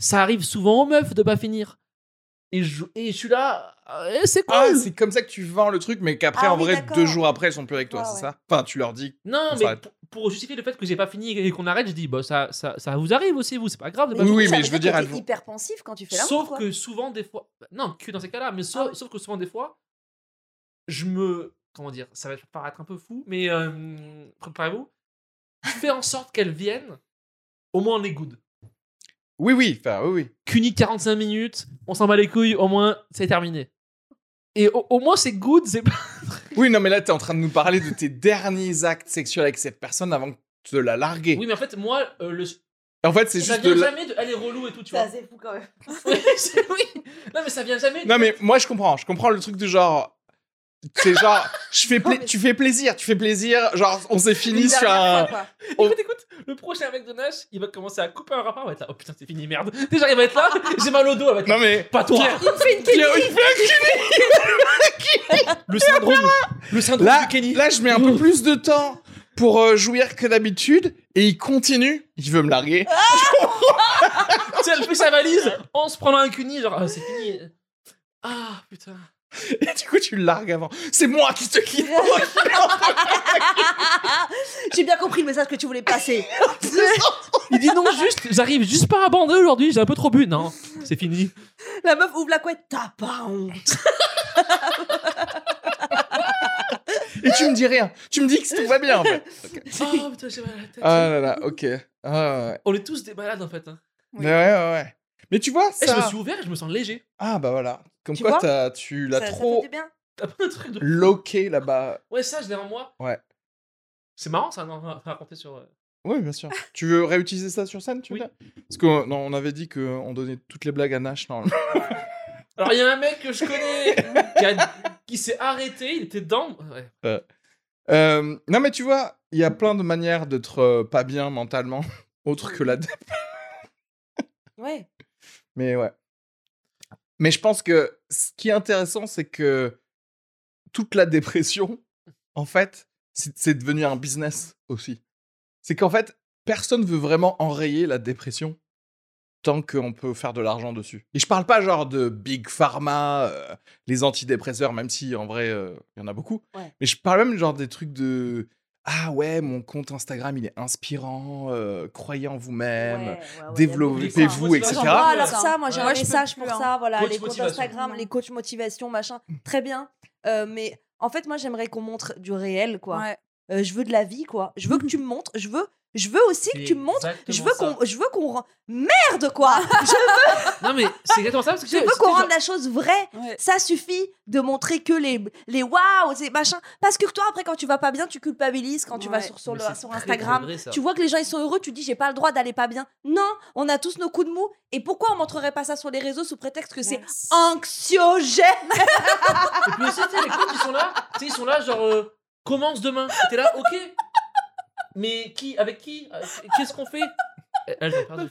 Speaker 2: ça arrive souvent aux meufs de pas finir. Et je, et je suis là, euh, c'est cool.
Speaker 1: <laughs> Ah, c'est comme ça que tu vends le truc, mais qu'après,
Speaker 3: Ah
Speaker 1: en
Speaker 3: oui,
Speaker 1: vrai,
Speaker 3: d'accord.
Speaker 1: deux jours après, elles sont plus avec toi,
Speaker 3: Ouais,
Speaker 1: c'est
Speaker 3: ouais.
Speaker 1: ça Enfin, tu leur dis.
Speaker 2: non,
Speaker 1: on
Speaker 2: mais
Speaker 1: s'arrête.
Speaker 2: pour, pour justifier le fait que j'ai pas fini et qu'on arrête, je dis bah, ça, ça, ça vous arrive aussi, vous, c'est pas grave de pas
Speaker 1: Oui,
Speaker 2: finir.
Speaker 1: oui,
Speaker 3: Ça
Speaker 1: mais
Speaker 3: veut
Speaker 1: je veux
Speaker 3: que
Speaker 1: dire,
Speaker 3: t'es
Speaker 1: elle-
Speaker 3: hyper pensif quand tu fais l'amour.
Speaker 2: Sauf
Speaker 3: quoi.
Speaker 2: que souvent, des fois. Non, que dans ces cas-là, mais
Speaker 3: Ah
Speaker 2: sauf,
Speaker 3: ouais.
Speaker 2: sauf que souvent, des fois, je me. Comment dire Ça va paraître un peu fou, mais euh, préparez-vous. Je fais en sorte qu'elle vienne. Au moins, on est good.
Speaker 1: Oui, oui, enfin, oui, oui.
Speaker 2: Cuny 45 minutes, on s'en bat les couilles, au moins, c'est terminé. Et au, au moins, c'est good, c'est pas.
Speaker 1: Oui, non, mais là, t'es en train de nous parler de tes <laughs> derniers actes sexuels avec cette personne avant que de la larguer.
Speaker 2: Oui, mais en fait, moi, euh, le...
Speaker 1: En fait, c'est
Speaker 2: ça
Speaker 1: juste
Speaker 2: vient
Speaker 1: de. la-
Speaker 2: jamais de. Elle est relou et tout, tu
Speaker 3: Ça,
Speaker 2: vois.
Speaker 3: c'est fou quand même.
Speaker 2: <laughs> oui, c'est- oui. Non, mais ça vient jamais. de-
Speaker 1: Non, mais moi, je comprends. Je comprends le truc du genre. C'est genre, je fais pla-
Speaker 3: Non, mais-
Speaker 1: tu fais plaisir, tu fais plaisir. Genre, on s'est fini
Speaker 5: Une
Speaker 1: sur
Speaker 5: dernière
Speaker 1: un.
Speaker 5: fois, quoi.
Speaker 1: Oh.
Speaker 2: Écoute, écoute, le prochain mec de Nash, il va commencer à couper un rapport, il va être là, oh putain, c'est fini, merde. Déjà, il va être là, j'ai mal au dos, elle va être là,
Speaker 1: Non, mais.
Speaker 2: pas toi.
Speaker 1: Pierre-
Speaker 3: Il me fait une
Speaker 1: Pierre, il fait-
Speaker 2: Le syndrome, le syndrome
Speaker 1: Là,
Speaker 2: du Kenny.
Speaker 1: là, je mets un peu plus de temps pour euh, jouir que d'habitude et il continue. Il veut me larguer.
Speaker 3: Ah.
Speaker 2: Tu sais, elle fait sa valise en se prenant un cuni, genre, ah, c'est fini. Ah putain.
Speaker 1: <laughs> Et du coup, tu le largues avant. C'est moi qui te
Speaker 3: <laughs>
Speaker 1: quitte.
Speaker 3: <laughs> J'ai bien compris le message que tu voulais <laughs> passer.
Speaker 2: Il dit non, juste, j'arrive juste pas à bander aujourd'hui, j'ai un peu trop bu. Non, c'est fini.
Speaker 3: la meuf ouvre la couette. T'as pas honte. <laughs>
Speaker 1: Et tu me dis rien. Tu me dis que tout va bien en fait.
Speaker 2: Oh putain, j'ai mal à la tête.
Speaker 1: Ah là là, ok. Ah, ouais.
Speaker 2: On est tous des malades en fait. Hein.
Speaker 5: Oui.
Speaker 1: Mais ouais, ouais, ouais. Mais tu vois,
Speaker 2: Et je me
Speaker 1: ça.
Speaker 2: suis ouvert et je me sens léger.
Speaker 1: Ah bah voilà. Comme
Speaker 3: Tu
Speaker 1: quoi,
Speaker 3: vois
Speaker 1: t'as- tu l'as
Speaker 3: Ça- ça fait
Speaker 1: trop
Speaker 3: du bien.
Speaker 2: T'as pas un truc de.
Speaker 1: loqué là-bas.
Speaker 2: Ouais, ça, je l'ai en moi.
Speaker 1: Ouais.
Speaker 2: C'est marrant ça, non, à raconter sur. euh,
Speaker 1: Oui, bien sûr. tu veux réutiliser ça sur scène, tu veux
Speaker 2: Oui.
Speaker 1: dire Parce qu'on non, on avait dit qu'on donnait toutes les blagues à Nash. normalement.
Speaker 2: Alors, il y a un mec que je connais qui, a- qui s'est arrêté, il était dedans. Ouais.
Speaker 1: Ouais. Euh, non, mais tu vois, il y a plein de manières d'être euh, pas bien mentalement, <laughs> autre que la dep.
Speaker 3: Ouais.
Speaker 1: Mais ouais. Mais je pense que ce qui est intéressant, c'est que toute la dépression, en fait, c'est c'est devenu un business aussi. C'est qu'en fait, personne veut vraiment enrayer la dépression tant qu'on peut faire de l'argent dessus. Et je parle pas genre de Big Pharma, euh, les antidépresseurs, même si en vrai, euh, il y en a beaucoup.
Speaker 3: Ouais.
Speaker 1: Mais je parle même genre des trucs de Ah ouais, mon compte Instagram, il est inspirant, euh, croyez en vous-même.
Speaker 3: Ouais, ouais, ouais,
Speaker 1: développez-vous,
Speaker 3: il y a beaucoup de
Speaker 1: etc.
Speaker 3: gens. Ah, alors
Speaker 5: Ça.
Speaker 3: ça, moi j'ai
Speaker 5: Ouais,
Speaker 3: un
Speaker 5: je peux
Speaker 3: message
Speaker 5: plus,
Speaker 3: pour
Speaker 5: hein.
Speaker 3: ça, voilà,
Speaker 2: Coach
Speaker 3: les comptes
Speaker 2: motivation.
Speaker 3: Instagram, les coachs motivation, machin, très bien. Euh, mais en fait, moi j'aimerais qu'on montre du réel, quoi.
Speaker 5: Ouais.
Speaker 3: Euh, je veux de la vie, quoi. Je veux que tu me montres. Je veux, je veux aussi que tu me montres. Je veux qu'on, je veux qu'on, rend- merde, <laughs> quoi.
Speaker 2: Non, mais c'est exactement ça parce que
Speaker 3: Je veux qu'on rende la chose vraie.
Speaker 5: Ouais.
Speaker 3: Ça suffit de montrer que les, les waouh, ces machins. Parce que toi, après, quand tu vas pas bien, tu culpabilises. Quand tu vas
Speaker 5: Ouais.
Speaker 3: sur, sur, le- sur Instagram, tu vois que les gens ils sont heureux, tu dis j'ai pas le droit d'aller pas bien. Non, on a tous nos coups de mou. Et pourquoi on montrerait pas ça sur les réseaux sous prétexte que Bah, c'est
Speaker 5: Merci.
Speaker 3: <laughs> anxiogène
Speaker 2: Et puis aussi, tu sais, les coachs, ils sont là, tu sais, ils sont là, genre, euh, commence demain. Et T'es là, ok. Mais qui Avec qui Euh, Qu'est-ce qu'on fait Elle- elle, j'ai perdu.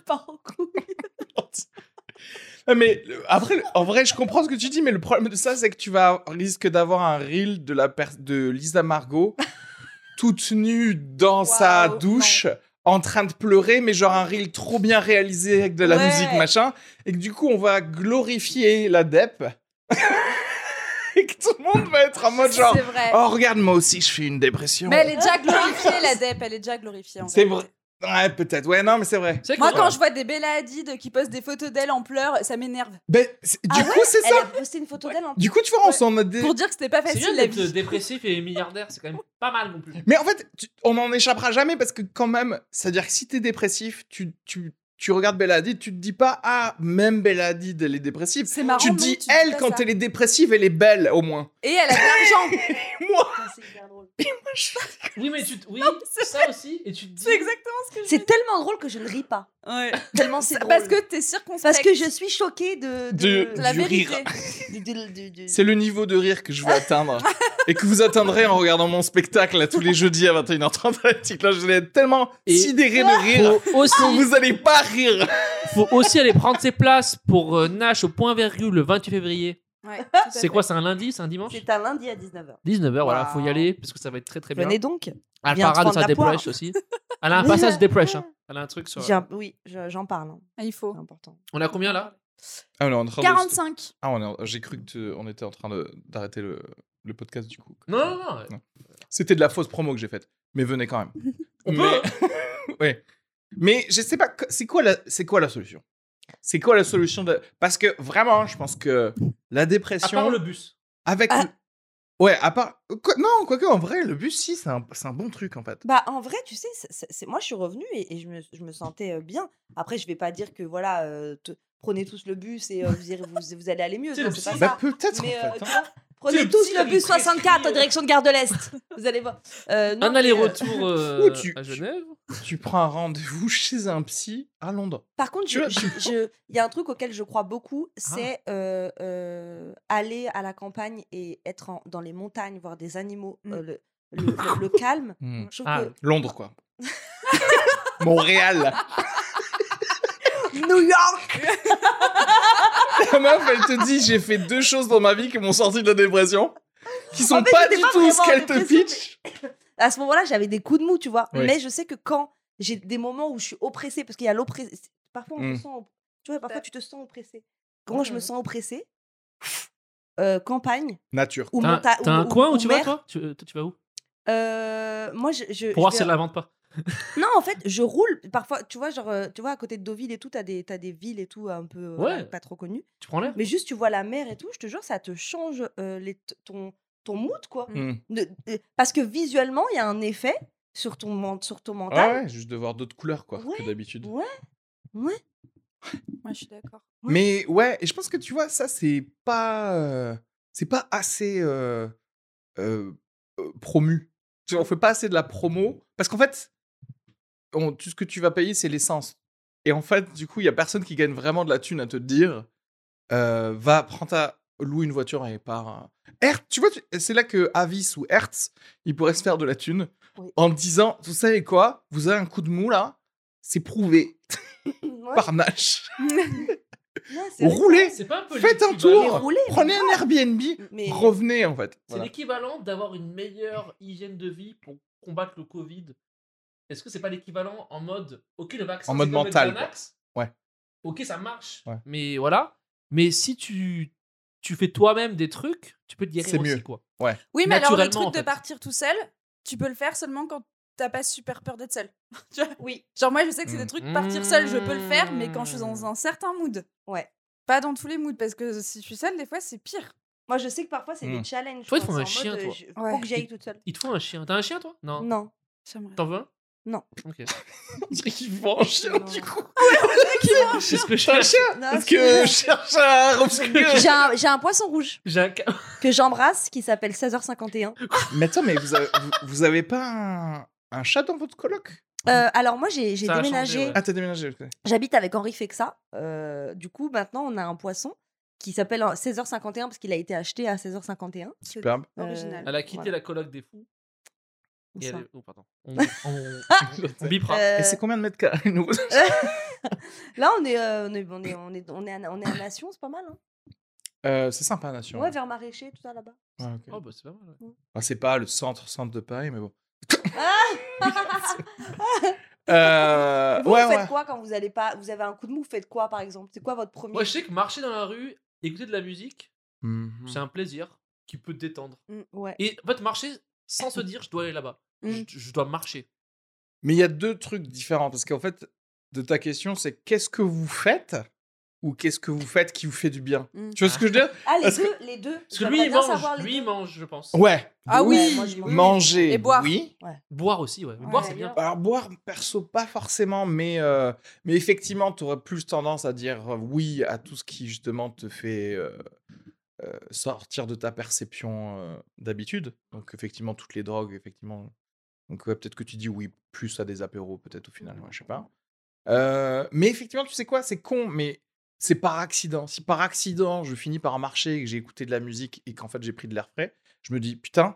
Speaker 1: Ah, Mais le- après, le- en vrai, je comprends ce que tu dis, mais le problème de ça, c'est que tu vas risque d'avoir un reel de la per- de Lisa
Speaker 5: <laughs>
Speaker 1: Margot toute nue dans sa
Speaker 5: Waouh,
Speaker 1: douche. En train de pleurer, mais genre un reel trop bien réalisé avec de la
Speaker 3: Ouais.
Speaker 1: musique, machin. Et que du coup, on va glorifier la DEP. <laughs> et que tout le monde va être en mode genre
Speaker 5: C'est vrai.
Speaker 1: Oh, regarde, moi aussi, je fais une dépression.
Speaker 5: Mais elle est déjà glorifiée, la DEP. Elle est déjà glorifiée. en fait.
Speaker 1: C'est vrai. Ouais, peut-être. Ouais, non, mais c'est vrai.
Speaker 2: C'est vrai
Speaker 5: Moi,
Speaker 2: que-
Speaker 5: quand je vois des Bella Hadid qui postent des photos d'elle en pleurs, ça m'énerve.
Speaker 1: Ben, c'est- du
Speaker 3: Ah
Speaker 1: coup, c'est
Speaker 3: Elle
Speaker 1: ça.
Speaker 3: a posté une photo d'elle en
Speaker 1: Du coup, tu vois, on
Speaker 5: Ouais.
Speaker 1: s'en a des.
Speaker 5: Pour dire que c'était pas
Speaker 2: C'est bien
Speaker 5: facile, la
Speaker 2: d'être
Speaker 5: vie.
Speaker 2: dépressif et milliardaire, c'est quand même pas mal non plus.
Speaker 5: <laughs>
Speaker 1: Mais en fait, tu- on n'en échappera jamais parce que quand même, c'est-à-dire que si t'es dépressif, tu, tu, tu regardes Bella Hadid, tu te dis pas ah même Bella Hadid elle est dépressive.
Speaker 5: C'est marrant.
Speaker 1: tu
Speaker 5: non,
Speaker 1: te dis
Speaker 5: pas
Speaker 1: elle quand
Speaker 5: ça.
Speaker 1: elle est dépressive elle est belle au moins.
Speaker 5: Et elle a de l'argent.
Speaker 1: Moi.
Speaker 3: Putain, c'est hyper drôle.
Speaker 2: Oui, mais tu. te- Oui,
Speaker 5: c'est
Speaker 2: ça aussi. Et tu te dis.
Speaker 5: C'est exactement ce que je
Speaker 3: C'est tellement drôle que je ne ris pas.
Speaker 5: Ouais.
Speaker 3: Tellement c'est drôle.
Speaker 5: Parce que t'es circonspect.
Speaker 3: Parce que je suis choquée de, de,
Speaker 1: De-
Speaker 5: de la
Speaker 1: Du rire.
Speaker 5: vérité.
Speaker 1: <laughs>
Speaker 3: de- de- de- de-
Speaker 1: C'est le niveau de rire que je veux <laughs> atteindre et que vous atteindrez en regardant mon spectacle là, tous les jeudis à <laughs> 21h30. Là, je vais être tellement
Speaker 2: Et-
Speaker 1: sidéré de rire
Speaker 2: Faut aussi,
Speaker 1: que vous allez pas rire.
Speaker 2: faut aussi aller prendre ses places pour euh, Nash au point virgule le 28 février.
Speaker 5: Ouais, tout à
Speaker 2: C'est
Speaker 5: fait.
Speaker 2: quoi C'est un lundi C'est un dimanche
Speaker 3: C'est un lundi à 19h.
Speaker 2: 19h, voilà, faut y
Speaker 5: Waouh.
Speaker 2: aller parce que ça va être très très bien.
Speaker 3: Venez donc.
Speaker 2: Elle
Speaker 3: viens te
Speaker 2: parlera de
Speaker 3: prendre
Speaker 2: sa
Speaker 3: la poire.
Speaker 2: déprèche aussi. Elle <laughs> a un passage déprèche. Hein. Elle a un truc sur.
Speaker 3: J'ai un- Oui, je- j'en parle. hein.
Speaker 5: Ah, Il faut.
Speaker 3: C'est important.
Speaker 2: On a combien là
Speaker 1: Ah, on est en train
Speaker 5: 45.
Speaker 1: Ah, on est en- j'ai cru qu'on était en train de- d'arrêter le, le podcast du coup.
Speaker 2: Non, non, non.
Speaker 1: C'était de la fausse promo que j'ai faite. Mais venez quand même.
Speaker 2: On
Speaker 1: Mais-
Speaker 2: peut. hein.
Speaker 1: <laughs> ouais. Mais je sais pas, que- c'est quoi la, c'est quoi la solution C'est quoi la solution de Parce que vraiment, je pense que la
Speaker 2: À
Speaker 1: dépression
Speaker 2: part le bus.
Speaker 1: avec,
Speaker 3: Ah.
Speaker 1: le- ouais, à part, quoi- non, quoique en vrai, le bus si, c'est un, c'est un bon truc en fait.
Speaker 3: Bah, en vrai, tu sais, c'est- c'est- c'est- moi, je suis revenue et, et je, me, je me sentais euh, bien. Après, je vais pas dire que, voilà, euh, te- prenez tous le bus et euh, vous, irez- vous, vous allez aller mieux.
Speaker 2: C'est
Speaker 3: non,
Speaker 2: le
Speaker 3: C'est pas
Speaker 2: psy.
Speaker 3: ça.
Speaker 1: Bah peut-être en
Speaker 3: Mais,
Speaker 1: fait.
Speaker 3: euh,
Speaker 1: hein.
Speaker 3: tu vois,
Speaker 2: C'est
Speaker 3: prenez
Speaker 2: le
Speaker 3: tous
Speaker 2: psy
Speaker 3: le
Speaker 2: qui
Speaker 3: bus
Speaker 2: prescrit,
Speaker 3: 64
Speaker 2: euh.
Speaker 3: direction de Gare de
Speaker 2: <laughs>
Speaker 3: l'Est. Vous allez voir. Euh, non,
Speaker 2: Un <laughs>
Speaker 3: mais,
Speaker 2: aller-retour
Speaker 1: Où
Speaker 2: euh,
Speaker 1: tu-
Speaker 2: à Genève.
Speaker 1: Tu prends un rendez-vous chez un psy à Londres.
Speaker 3: euh, par contre,
Speaker 1: Tu
Speaker 3: je-
Speaker 1: vois,
Speaker 3: je- je- il y a un truc auquel je crois beaucoup,
Speaker 2: Ah.
Speaker 3: c'est euh, euh, aller à la campagne et être en- dans les montagnes, voir des animaux,
Speaker 5: Mm.
Speaker 3: euh, le, le- le-
Speaker 2: <coughs>
Speaker 3: le calme.
Speaker 1: Hmm.
Speaker 3: Je trouve
Speaker 2: Mmh. Ah,
Speaker 1: Londres quoi. Montréal.
Speaker 3: que New York,
Speaker 1: La meuf, elle te dit j'ai fait deux choses dans ma vie qui m'ont sorti de la dépression, qui sont
Speaker 3: En fait,
Speaker 1: pas
Speaker 3: j'étais
Speaker 1: du
Speaker 3: pas
Speaker 1: tout ce
Speaker 3: vraiment en
Speaker 1: qu'elle te
Speaker 3: dépression,
Speaker 1: pitch.
Speaker 3: à ce moment-là, j'avais des coups de mou, tu vois.
Speaker 1: Oui.
Speaker 3: Mais je sais que quand j'ai des moments où je suis oppressée, parce qu'il y a l'oppressé, parfois on
Speaker 1: Mm.
Speaker 2: Mmh.
Speaker 3: se sent, opp- tu vois, parfois tu te sens oppressée. Quand je me sens oppressée, euh, campagne
Speaker 1: Nature.
Speaker 3: ou
Speaker 2: T'as un-
Speaker 3: montagne.
Speaker 2: t'as un coin où tu vas toi tu, toi, tu vas où
Speaker 3: Moi, je. je-
Speaker 2: Pour voir
Speaker 3: je
Speaker 2: si
Speaker 3: vais-
Speaker 2: elle la vente pas.
Speaker 3: Non, en fait, je roule. Parfois, tu vois, genre, euh, tu vois, à côté de Deauville et tout, t'as des, t'as des villes et tout, un peu euh,
Speaker 2: Ouais.
Speaker 3: pas trop connues.
Speaker 2: Tu prends l'air
Speaker 3: Mais juste, tu vois la mer et tout, je te jure, ça te change euh, les, t- ton, ton mood,
Speaker 2: Mmh.
Speaker 3: quoi.
Speaker 5: Mm.
Speaker 1: Hmm.
Speaker 3: De- de- parce que visuellement, il y a un effet sur ton, men- sur ton
Speaker 1: Ah
Speaker 3: mental.
Speaker 1: ouais, juste de voir d'autres couleurs quoi que
Speaker 3: Ouais.
Speaker 1: d'habitude.
Speaker 3: Ouais, ouais.
Speaker 5: Moi, je suis d'accord.
Speaker 3: Ouais.
Speaker 1: Mais ouais, et je pense que tu vois, ça c'est pas, euh, c'est pas assez euh, euh, euh, promu. Tu vois, On fait pas assez de la promo parce qu'en fait, on- tout ce que tu vas payer c'est l'essence. Et en fait, du coup, il y a personne qui gagne vraiment de la thune à te dire, euh, va prends ta loue une voiture et part. euh, Hertz, tu vois, tu- c'est là que Avis ou Hertz, ils pourraient se faire de la thune
Speaker 3: Oui.
Speaker 1: en disant, vous savez quoi, vous avez un coup de mou là, c'est prouvé
Speaker 3: Ouais,
Speaker 1: par Nash.
Speaker 3: ouais, c'est vrai.
Speaker 1: Roulez,
Speaker 2: C'est pas un peu
Speaker 1: faites un
Speaker 2: l'équivalent-
Speaker 1: tour,
Speaker 3: Mais roulez,
Speaker 1: prenez un Airbnb,
Speaker 3: Mais
Speaker 1: revenez en fait.
Speaker 2: C'est
Speaker 1: Voilà.
Speaker 2: <laughs> l'équivalent d'avoir une meilleure hygiène de vie pour combattre le Covid. Est-ce que c'est pas l'équivalent en mode ok le vaccin
Speaker 1: En
Speaker 2: c'est
Speaker 1: mode
Speaker 2: comme le
Speaker 1: mental,
Speaker 2: Xanax,
Speaker 1: quoi. Ouais.
Speaker 2: Ok ça marche.
Speaker 1: Ouais.
Speaker 2: Mais voilà. Mais si tu tu fais toi-même des trucs, tu peux te guérir
Speaker 1: C'est
Speaker 2: aussi
Speaker 1: mieux.
Speaker 2: quoi.
Speaker 5: Oui, mais alors le
Speaker 2: Naturellement,
Speaker 5: truc
Speaker 2: en
Speaker 5: de
Speaker 2: fait.
Speaker 5: partir tout seul, tu peux le faire seulement quand t'as pas super peur d'être seul. tu vois Oui. Genre moi, je sais que c'est
Speaker 1: Mm.
Speaker 5: des trucs partir seul, je peux le faire, mais quand je suis
Speaker 1: Mmh.
Speaker 5: dans un certain mood.
Speaker 3: Ouais.
Speaker 5: Pas dans tous les moods, parce que si je suis seule, des fois, c'est pire.
Speaker 3: moi, je sais que parfois, c'est
Speaker 1: Hmm.
Speaker 3: des challenges.
Speaker 2: Mmh. Toi, ils
Speaker 3: quoi.
Speaker 2: font un
Speaker 3: C'est en
Speaker 2: chien,
Speaker 3: mode, euh,
Speaker 2: toi. Hein.
Speaker 3: je-
Speaker 5: Ouais.
Speaker 3: Faut que j'aille toute seule.
Speaker 2: Il te faut un chien. T'as un chien toi Non.
Speaker 3: Non.
Speaker 5: J'aimerais.
Speaker 2: T'en veux un
Speaker 3: Non. <laughs>
Speaker 2: Ok.
Speaker 1: On dirait qu'ils
Speaker 2: <laughs>
Speaker 1: vont en chien du coup.
Speaker 2: C'est ce que je
Speaker 1: J'ai un
Speaker 2: cherche.
Speaker 1: chien
Speaker 3: Non,
Speaker 1: Parce
Speaker 3: c'est-
Speaker 1: que je <laughs> cherche à obscur.
Speaker 3: J'ai un, j'ai un poisson rouge
Speaker 2: J'ai un ca-
Speaker 3: que j'embrasse qui s'appelle 16h51.
Speaker 2: Mmh.
Speaker 1: Mais attends, mais vous avez, vous, vous avez pas un, un chat dans votre coloc
Speaker 3: Euh, alors moi j'ai j'ai
Speaker 2: Ça a changé,
Speaker 3: déménagé,
Speaker 2: ouais.
Speaker 1: Ah, t'as déménagé. ok.
Speaker 3: j'habite avec Henri Fexa. Euh, du coup maintenant on a un poisson qui s'appelle euh, 16h51 parce qu'il a été acheté à 16h51.
Speaker 1: Superbe.
Speaker 3: Euh,
Speaker 5: Original.
Speaker 2: Elle a quitté
Speaker 3: Voilà.
Speaker 2: la coloc des fous.
Speaker 3: Où
Speaker 2: Et elle
Speaker 3: ça
Speaker 2: est- oh, pardon. On,
Speaker 3: <laughs>
Speaker 2: on- on bipera.
Speaker 3: Euh,
Speaker 1: Et c'est combien de mètres carrés nous
Speaker 3: là on est, euh, on est on est on est on est à, on est à Nation, c'est pas mal hein.
Speaker 1: Euh, C'est sympa, Nation.
Speaker 3: Ouais, vers maraîcher tout ça là-bas.
Speaker 2: <laughs>
Speaker 1: Ouais, ok.
Speaker 2: Oh bah c'est pas mal. ouais.
Speaker 1: Enfin, c'est pas le centre, centre de Paris,
Speaker 3: <laughs>
Speaker 1: mais bon. Euh,
Speaker 3: Vous,
Speaker 1: ouais,
Speaker 3: vous faites
Speaker 1: ouais.
Speaker 3: quoi quand vous allez pas vous avez un coup de mou, vous faites quoi par exemple C'est quoi votre premier
Speaker 2: Moi je sais que marcher dans la rue, écouter de la musique,
Speaker 1: Mhm.
Speaker 2: c'est un plaisir qui peut te détendre.
Speaker 3: Mmh, Ouais.
Speaker 2: Et en fait, marcher sans se dire je dois aller là-bas.
Speaker 3: Hmm.
Speaker 2: Je, je dois marcher.
Speaker 1: Mais il y a deux trucs différents. Parce qu'en fait, de ta question, c'est qu'est-ce que vous faites ou qu'est-ce que vous faites qui vous fait du bien
Speaker 5: Mm.
Speaker 1: Tu vois ce que je veux dire
Speaker 3: Ah les
Speaker 1: Parce
Speaker 3: deux, les deux.
Speaker 2: Parce que
Speaker 3: J'aimerais
Speaker 2: lui il
Speaker 3: bien
Speaker 2: mange,
Speaker 3: savoir les
Speaker 2: lui il
Speaker 3: deux.
Speaker 2: mange, je pense.
Speaker 1: Ouais.
Speaker 5: Ah
Speaker 1: oui,
Speaker 3: Ouais, moi, je mange.
Speaker 1: Manger.
Speaker 5: Et boire.
Speaker 1: Oui.
Speaker 2: Boire aussi, ouais.
Speaker 5: Ouais,
Speaker 2: Boire c'est bien.
Speaker 1: Alors boire, perso, pas forcément, mais, euh, mais effectivement, tu aurais plus tendance à dire euh, oui à tout ce qui justement te fait euh, euh, sortir de ta perception euh, d'habitude. Donc effectivement, toutes les drogues, effectivement. Donc ouais, peut-être que tu dis oui plus à des apéros, peut-être au final, ouais, je sais pas. Euh, mais effectivement, tu sais quoi, c'est con, mais c'est par accident. Si par accident, je finis par marcher et que j'ai écouté de la musique et qu'en fait j'ai pris de l'air frais, je me dis putain,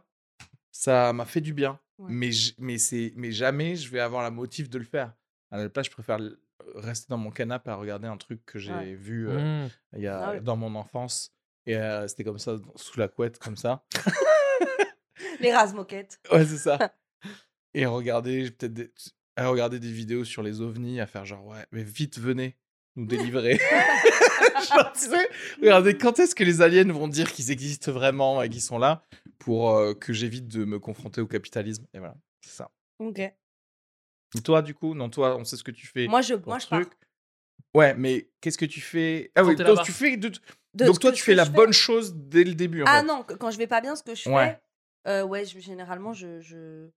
Speaker 1: ça m'a fait du bien.
Speaker 3: Ouais.
Speaker 1: Mais, j- mais, c'est, mais jamais je vais avoir la motive de le faire. À la place, je préfère l- euh, rester dans mon canapé à regarder un truc que j'ai
Speaker 3: Ouais.
Speaker 1: vu euh,
Speaker 2: Mmh.
Speaker 1: il y a,
Speaker 3: Ah ouais.
Speaker 1: dans mon enfance et euh, c'était comme ça, sous la couette, comme ça.
Speaker 3: Les rases moquettes.
Speaker 1: Ouais, c'est ça. <laughs> et regarder j'ai peut-être des- à regarder des vidéos sur les ovnis, à faire genre ouais, mais vite venez nous délivrer. <laughs> Genre, tu sais, regardez quand est-ce que les aliens vont dire qu'ils existent vraiment et qu'ils sont là pour euh, que j'évite de me confronter au capitalisme. Et voilà, c'est ça.
Speaker 3: OK.
Speaker 1: Et toi du coup, non toi, on sait ce que tu fais.
Speaker 3: Moi je
Speaker 1: pour
Speaker 3: moi je pars.
Speaker 1: truc. Ouais, mais qu'est-ce que tu fais Ah
Speaker 2: Quand
Speaker 1: oui,
Speaker 2: t'es
Speaker 1: toi,
Speaker 2: là-bas.
Speaker 1: tu fais de-
Speaker 3: De
Speaker 1: donc
Speaker 3: ce
Speaker 1: toi
Speaker 3: que-
Speaker 1: tu
Speaker 3: ce
Speaker 1: fais
Speaker 3: que
Speaker 1: la
Speaker 3: je
Speaker 1: bonne chose dès le début. En
Speaker 3: Ah
Speaker 1: fait.
Speaker 3: non, que- quand je vais pas bien, ce que je
Speaker 1: Ouais.
Speaker 3: fais, euh, ouais, je- généralement, je, je...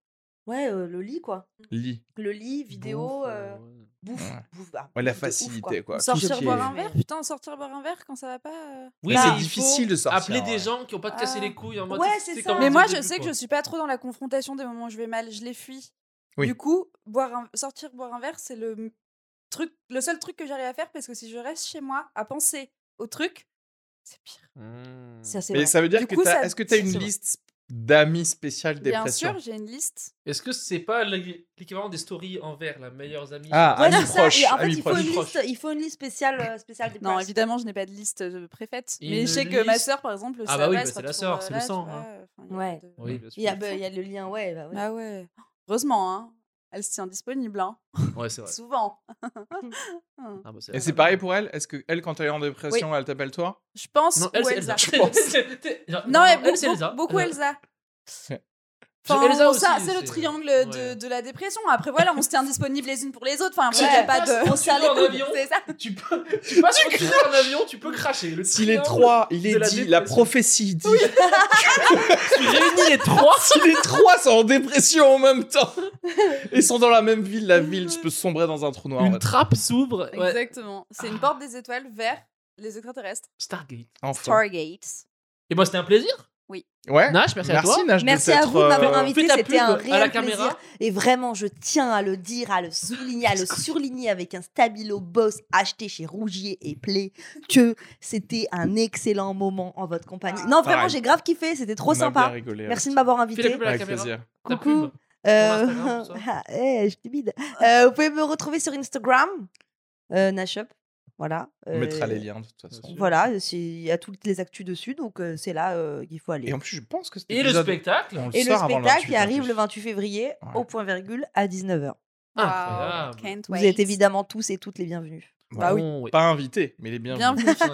Speaker 3: ouais, euh, le lit quoi,
Speaker 1: Lit.
Speaker 3: le lit, vidéo,
Speaker 2: Bouffe,
Speaker 3: euh,
Speaker 2: euh, ouais.
Speaker 3: bouffe,
Speaker 1: Ouais.
Speaker 3: bouffe, ah,
Speaker 1: Ouais, la
Speaker 3: bouffe de ouf, quoi.
Speaker 1: facilité quoi. Tout ce
Speaker 5: Sortir
Speaker 1: qui
Speaker 5: boire
Speaker 1: est-
Speaker 5: un verre Putain, sortir boire un verre quand ça va pas. euh.
Speaker 1: Mais
Speaker 2: Oui, mais
Speaker 1: c'est
Speaker 2: il
Speaker 1: difficile
Speaker 2: faut
Speaker 1: de sortir.
Speaker 2: Appeler
Speaker 1: ouais.
Speaker 2: des gens qui ont pas te cassé
Speaker 5: Ah.
Speaker 2: les couilles en mode.
Speaker 3: Ouais,
Speaker 2: tu
Speaker 3: c'est
Speaker 2: sais,
Speaker 3: ça.
Speaker 2: comme on
Speaker 5: Mais
Speaker 2: dit
Speaker 5: moi,
Speaker 2: au
Speaker 5: je
Speaker 2: début,
Speaker 5: sais que
Speaker 2: quoi.
Speaker 5: je suis pas trop dans la confrontation des moments où je vais mal, je les fuis.
Speaker 1: Oui.
Speaker 5: Du coup, boire un- sortir boire un verre, c'est le m- truc, le seul truc que j'arrive à faire parce que si je reste chez moi à penser au truc, c'est pire.
Speaker 2: Mmh.
Speaker 3: Ça c'est
Speaker 1: Mais
Speaker 3: vrai.
Speaker 1: ça veut dire
Speaker 5: Du
Speaker 1: que
Speaker 5: coup,
Speaker 1: t'as-
Speaker 5: ça-
Speaker 1: est-ce que tu as
Speaker 5: c'est
Speaker 1: une
Speaker 5: vrai.
Speaker 1: liste d'amis spéciales
Speaker 5: Bien
Speaker 1: dépression
Speaker 5: sûr, j'ai une liste.
Speaker 2: Est-ce que c'est pas l'é- l'équivalent des stories envers la meilleure amie
Speaker 1: Ah,
Speaker 3: Ouais,
Speaker 1: amis
Speaker 3: c'est ça,
Speaker 1: proches,
Speaker 3: et en fait,
Speaker 1: amis
Speaker 3: il faut,
Speaker 1: proches.
Speaker 3: une liste,
Speaker 2: Proches.
Speaker 3: il faut une liste spéciale, euh, spéciale des
Speaker 5: Non,
Speaker 3: places.
Speaker 5: évidemment, je n'ai pas de liste euh, préfaite. mais
Speaker 2: Une
Speaker 5: je sais que ma
Speaker 2: liste.
Speaker 5: sœur, par exemple,
Speaker 2: Ah
Speaker 5: ça
Speaker 2: bah oui,
Speaker 5: va,
Speaker 2: bah
Speaker 5: se
Speaker 2: c'est la
Speaker 5: retrouve,
Speaker 2: sœur,
Speaker 5: euh,
Speaker 2: c'est le
Speaker 5: là, tu
Speaker 2: sang,
Speaker 5: vois,
Speaker 2: hein.
Speaker 5: euh, enfin, il y a
Speaker 3: Ouais.
Speaker 5: pas de-
Speaker 2: Oui, bien sûr.
Speaker 3: Il y, a, bah, il y a le lien, ouais, bah ouais.
Speaker 5: Ah ouais. Heureusement, hein. Elle se tient disponible, hein.
Speaker 2: Ouais, c'est vrai.
Speaker 5: Souvent.
Speaker 2: Ah, bah,
Speaker 1: Et
Speaker 2: vrai.
Speaker 1: c'est pareil pour elle Est-ce que elle, quand elle est en dépression, elle t'appelle toi
Speaker 5: Je pense.
Speaker 2: Non, elle,
Speaker 5: ou
Speaker 2: c'est
Speaker 5: Elsa.
Speaker 2: Elsa. <laughs>
Speaker 1: Je pense.
Speaker 2: Genre,
Speaker 5: Non, mais
Speaker 2: elle,
Speaker 5: beaucoup-
Speaker 2: c'est Elsa.
Speaker 5: beaucoup
Speaker 2: Euh,
Speaker 5: Elsa.
Speaker 2: J'ai
Speaker 5: Enfin,
Speaker 2: Elsa
Speaker 5: ça,
Speaker 2: aussi,
Speaker 5: c'est le
Speaker 2: c'est-
Speaker 5: triangle
Speaker 2: ouais.
Speaker 5: de, de la dépression. Après, voilà, on se tient disponible les unes pour les autres. Enfin,
Speaker 2: Tu
Speaker 5: voilà, y a
Speaker 3: te
Speaker 5: pas
Speaker 2: passes
Speaker 5: <laughs> de.
Speaker 2: quand
Speaker 5: on se
Speaker 2: tu
Speaker 5: tient
Speaker 2: vas en
Speaker 5: les coudes,
Speaker 2: avion.
Speaker 5: C'est ça.
Speaker 2: <laughs> Tu peux, tu passes quand tu vas en avion, tu peux cracher. Le
Speaker 1: Si les
Speaker 2: triangle,
Speaker 1: trois, il
Speaker 2: de
Speaker 1: est
Speaker 2: la
Speaker 1: dit, la
Speaker 2: dépression.
Speaker 1: prophétie dit.
Speaker 2: Tu
Speaker 1: <laughs>
Speaker 2: réunis les trois.
Speaker 1: Si les trois sont en dépression en même temps et sont dans la même ville, la ville je peux sombrer dans un trou noir. en
Speaker 2: Une
Speaker 1: fait.
Speaker 2: trappe s'ouvre. <laughs> Ouais.
Speaker 5: Exactement. C'est une porte des étoiles vers les extraterrestres.
Speaker 2: Stargate.
Speaker 1: Enfin.
Speaker 5: Stargates.
Speaker 2: Et moi, c'était un plaisir.
Speaker 1: Ouais. Euh,
Speaker 2: Nash, merci, à toi.
Speaker 1: Nash, de
Speaker 3: Merci à
Speaker 1: t'être,
Speaker 3: vous de m'avoir
Speaker 1: euh,
Speaker 3: invité,
Speaker 2: Fais ta
Speaker 3: c'était un
Speaker 2: pub à la
Speaker 3: réel
Speaker 2: caméra.
Speaker 3: plaisir. Et vraiment, je tiens à le dire, à le souligner, à le surligner avec un stabilo boss acheté chez Rougier et Play, que c'était un excellent moment en votre compagnie. Non, vraiment,
Speaker 1: Pareil.
Speaker 3: j'ai grave kiffé, c'était trop
Speaker 1: on a bien
Speaker 3: sympa.
Speaker 1: rigolé, hein.
Speaker 3: Merci de m'avoir
Speaker 2: Fais la
Speaker 3: invité.
Speaker 2: pub à la
Speaker 1: Avec
Speaker 2: caméra.
Speaker 1: plaisir.
Speaker 2: Ta
Speaker 3: Coucou.
Speaker 2: pub.
Speaker 3: Euh,
Speaker 2: Pour Instagram, tout ça.
Speaker 3: ah, <laughs> eh, je suis timide. Euh, vous pouvez me retrouver sur Instagram, euh, Nashup. Voilà.
Speaker 1: On mettra
Speaker 3: Euh,
Speaker 1: les liens de toute façon.
Speaker 2: liens.
Speaker 3: Voilà, c'est- il y a toutes les actus dessus, donc euh, c'est là euh, qu'il faut aller.
Speaker 1: Et en plus, je pense que c'était
Speaker 2: Et le spectacle
Speaker 1: on le
Speaker 3: Et le
Speaker 1: sort avant
Speaker 3: spectacle
Speaker 1: 28,
Speaker 3: qui
Speaker 1: en
Speaker 3: arrive
Speaker 1: plus.
Speaker 3: le 28 février
Speaker 1: Ouais.
Speaker 3: au point virgule à 19h.
Speaker 2: Incroyable.
Speaker 5: Can't
Speaker 3: Vous
Speaker 5: wait.
Speaker 3: êtes évidemment tous et toutes les bienvenus.
Speaker 1: Voilà.
Speaker 2: Bah oui.
Speaker 1: Pas invité, mais les bienvenus.
Speaker 5: Bienvenue.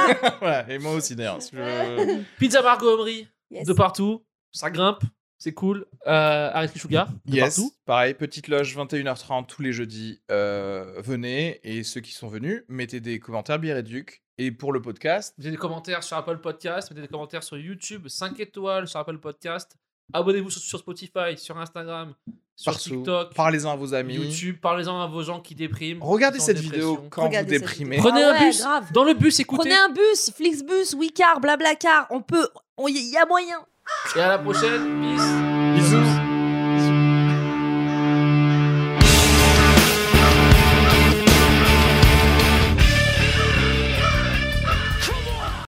Speaker 1: <laughs> Voilà, Et moi aussi d'ailleurs. Je-
Speaker 2: Pizza Margot Emery,
Speaker 5: Yes.
Speaker 2: de partout. Ça grimpe, c'est cool. Euh, Harris Sugar, de
Speaker 1: Yes,
Speaker 2: partout.
Speaker 1: pareil, petite loge 21h30 tous les jeudis. Euh, venez et ceux qui sont venus, mettez des commentaires bière et duc. Et pour le podcast,
Speaker 2: Mettez des commentaires sur Apple Podcast, mettez des commentaires sur YouTube, 5 étoiles sur Apple Podcast. Abonnez-vous sur, sur Spotify, sur Instagram, sur
Speaker 1: partout,
Speaker 2: TikTok,
Speaker 1: parlez-en à vos amis.
Speaker 2: YouTube. Parlez-en à vos gens qui dépriment.
Speaker 1: Regardez
Speaker 2: qui sont en
Speaker 1: cette
Speaker 2: dépression.
Speaker 1: vidéo quand
Speaker 3: Regardez
Speaker 1: vous
Speaker 3: cette
Speaker 1: déprimez.
Speaker 3: vidéo.
Speaker 2: Prenez
Speaker 3: Ah
Speaker 2: un
Speaker 3: ouais,
Speaker 2: bus,
Speaker 3: grave.
Speaker 2: dans le bus, écoutez.
Speaker 3: Prenez un bus, Flixbus, Wicard, Blablacar, on peut, il y y a moyen.
Speaker 2: Et à la prochaine, peace.
Speaker 1: Bisous.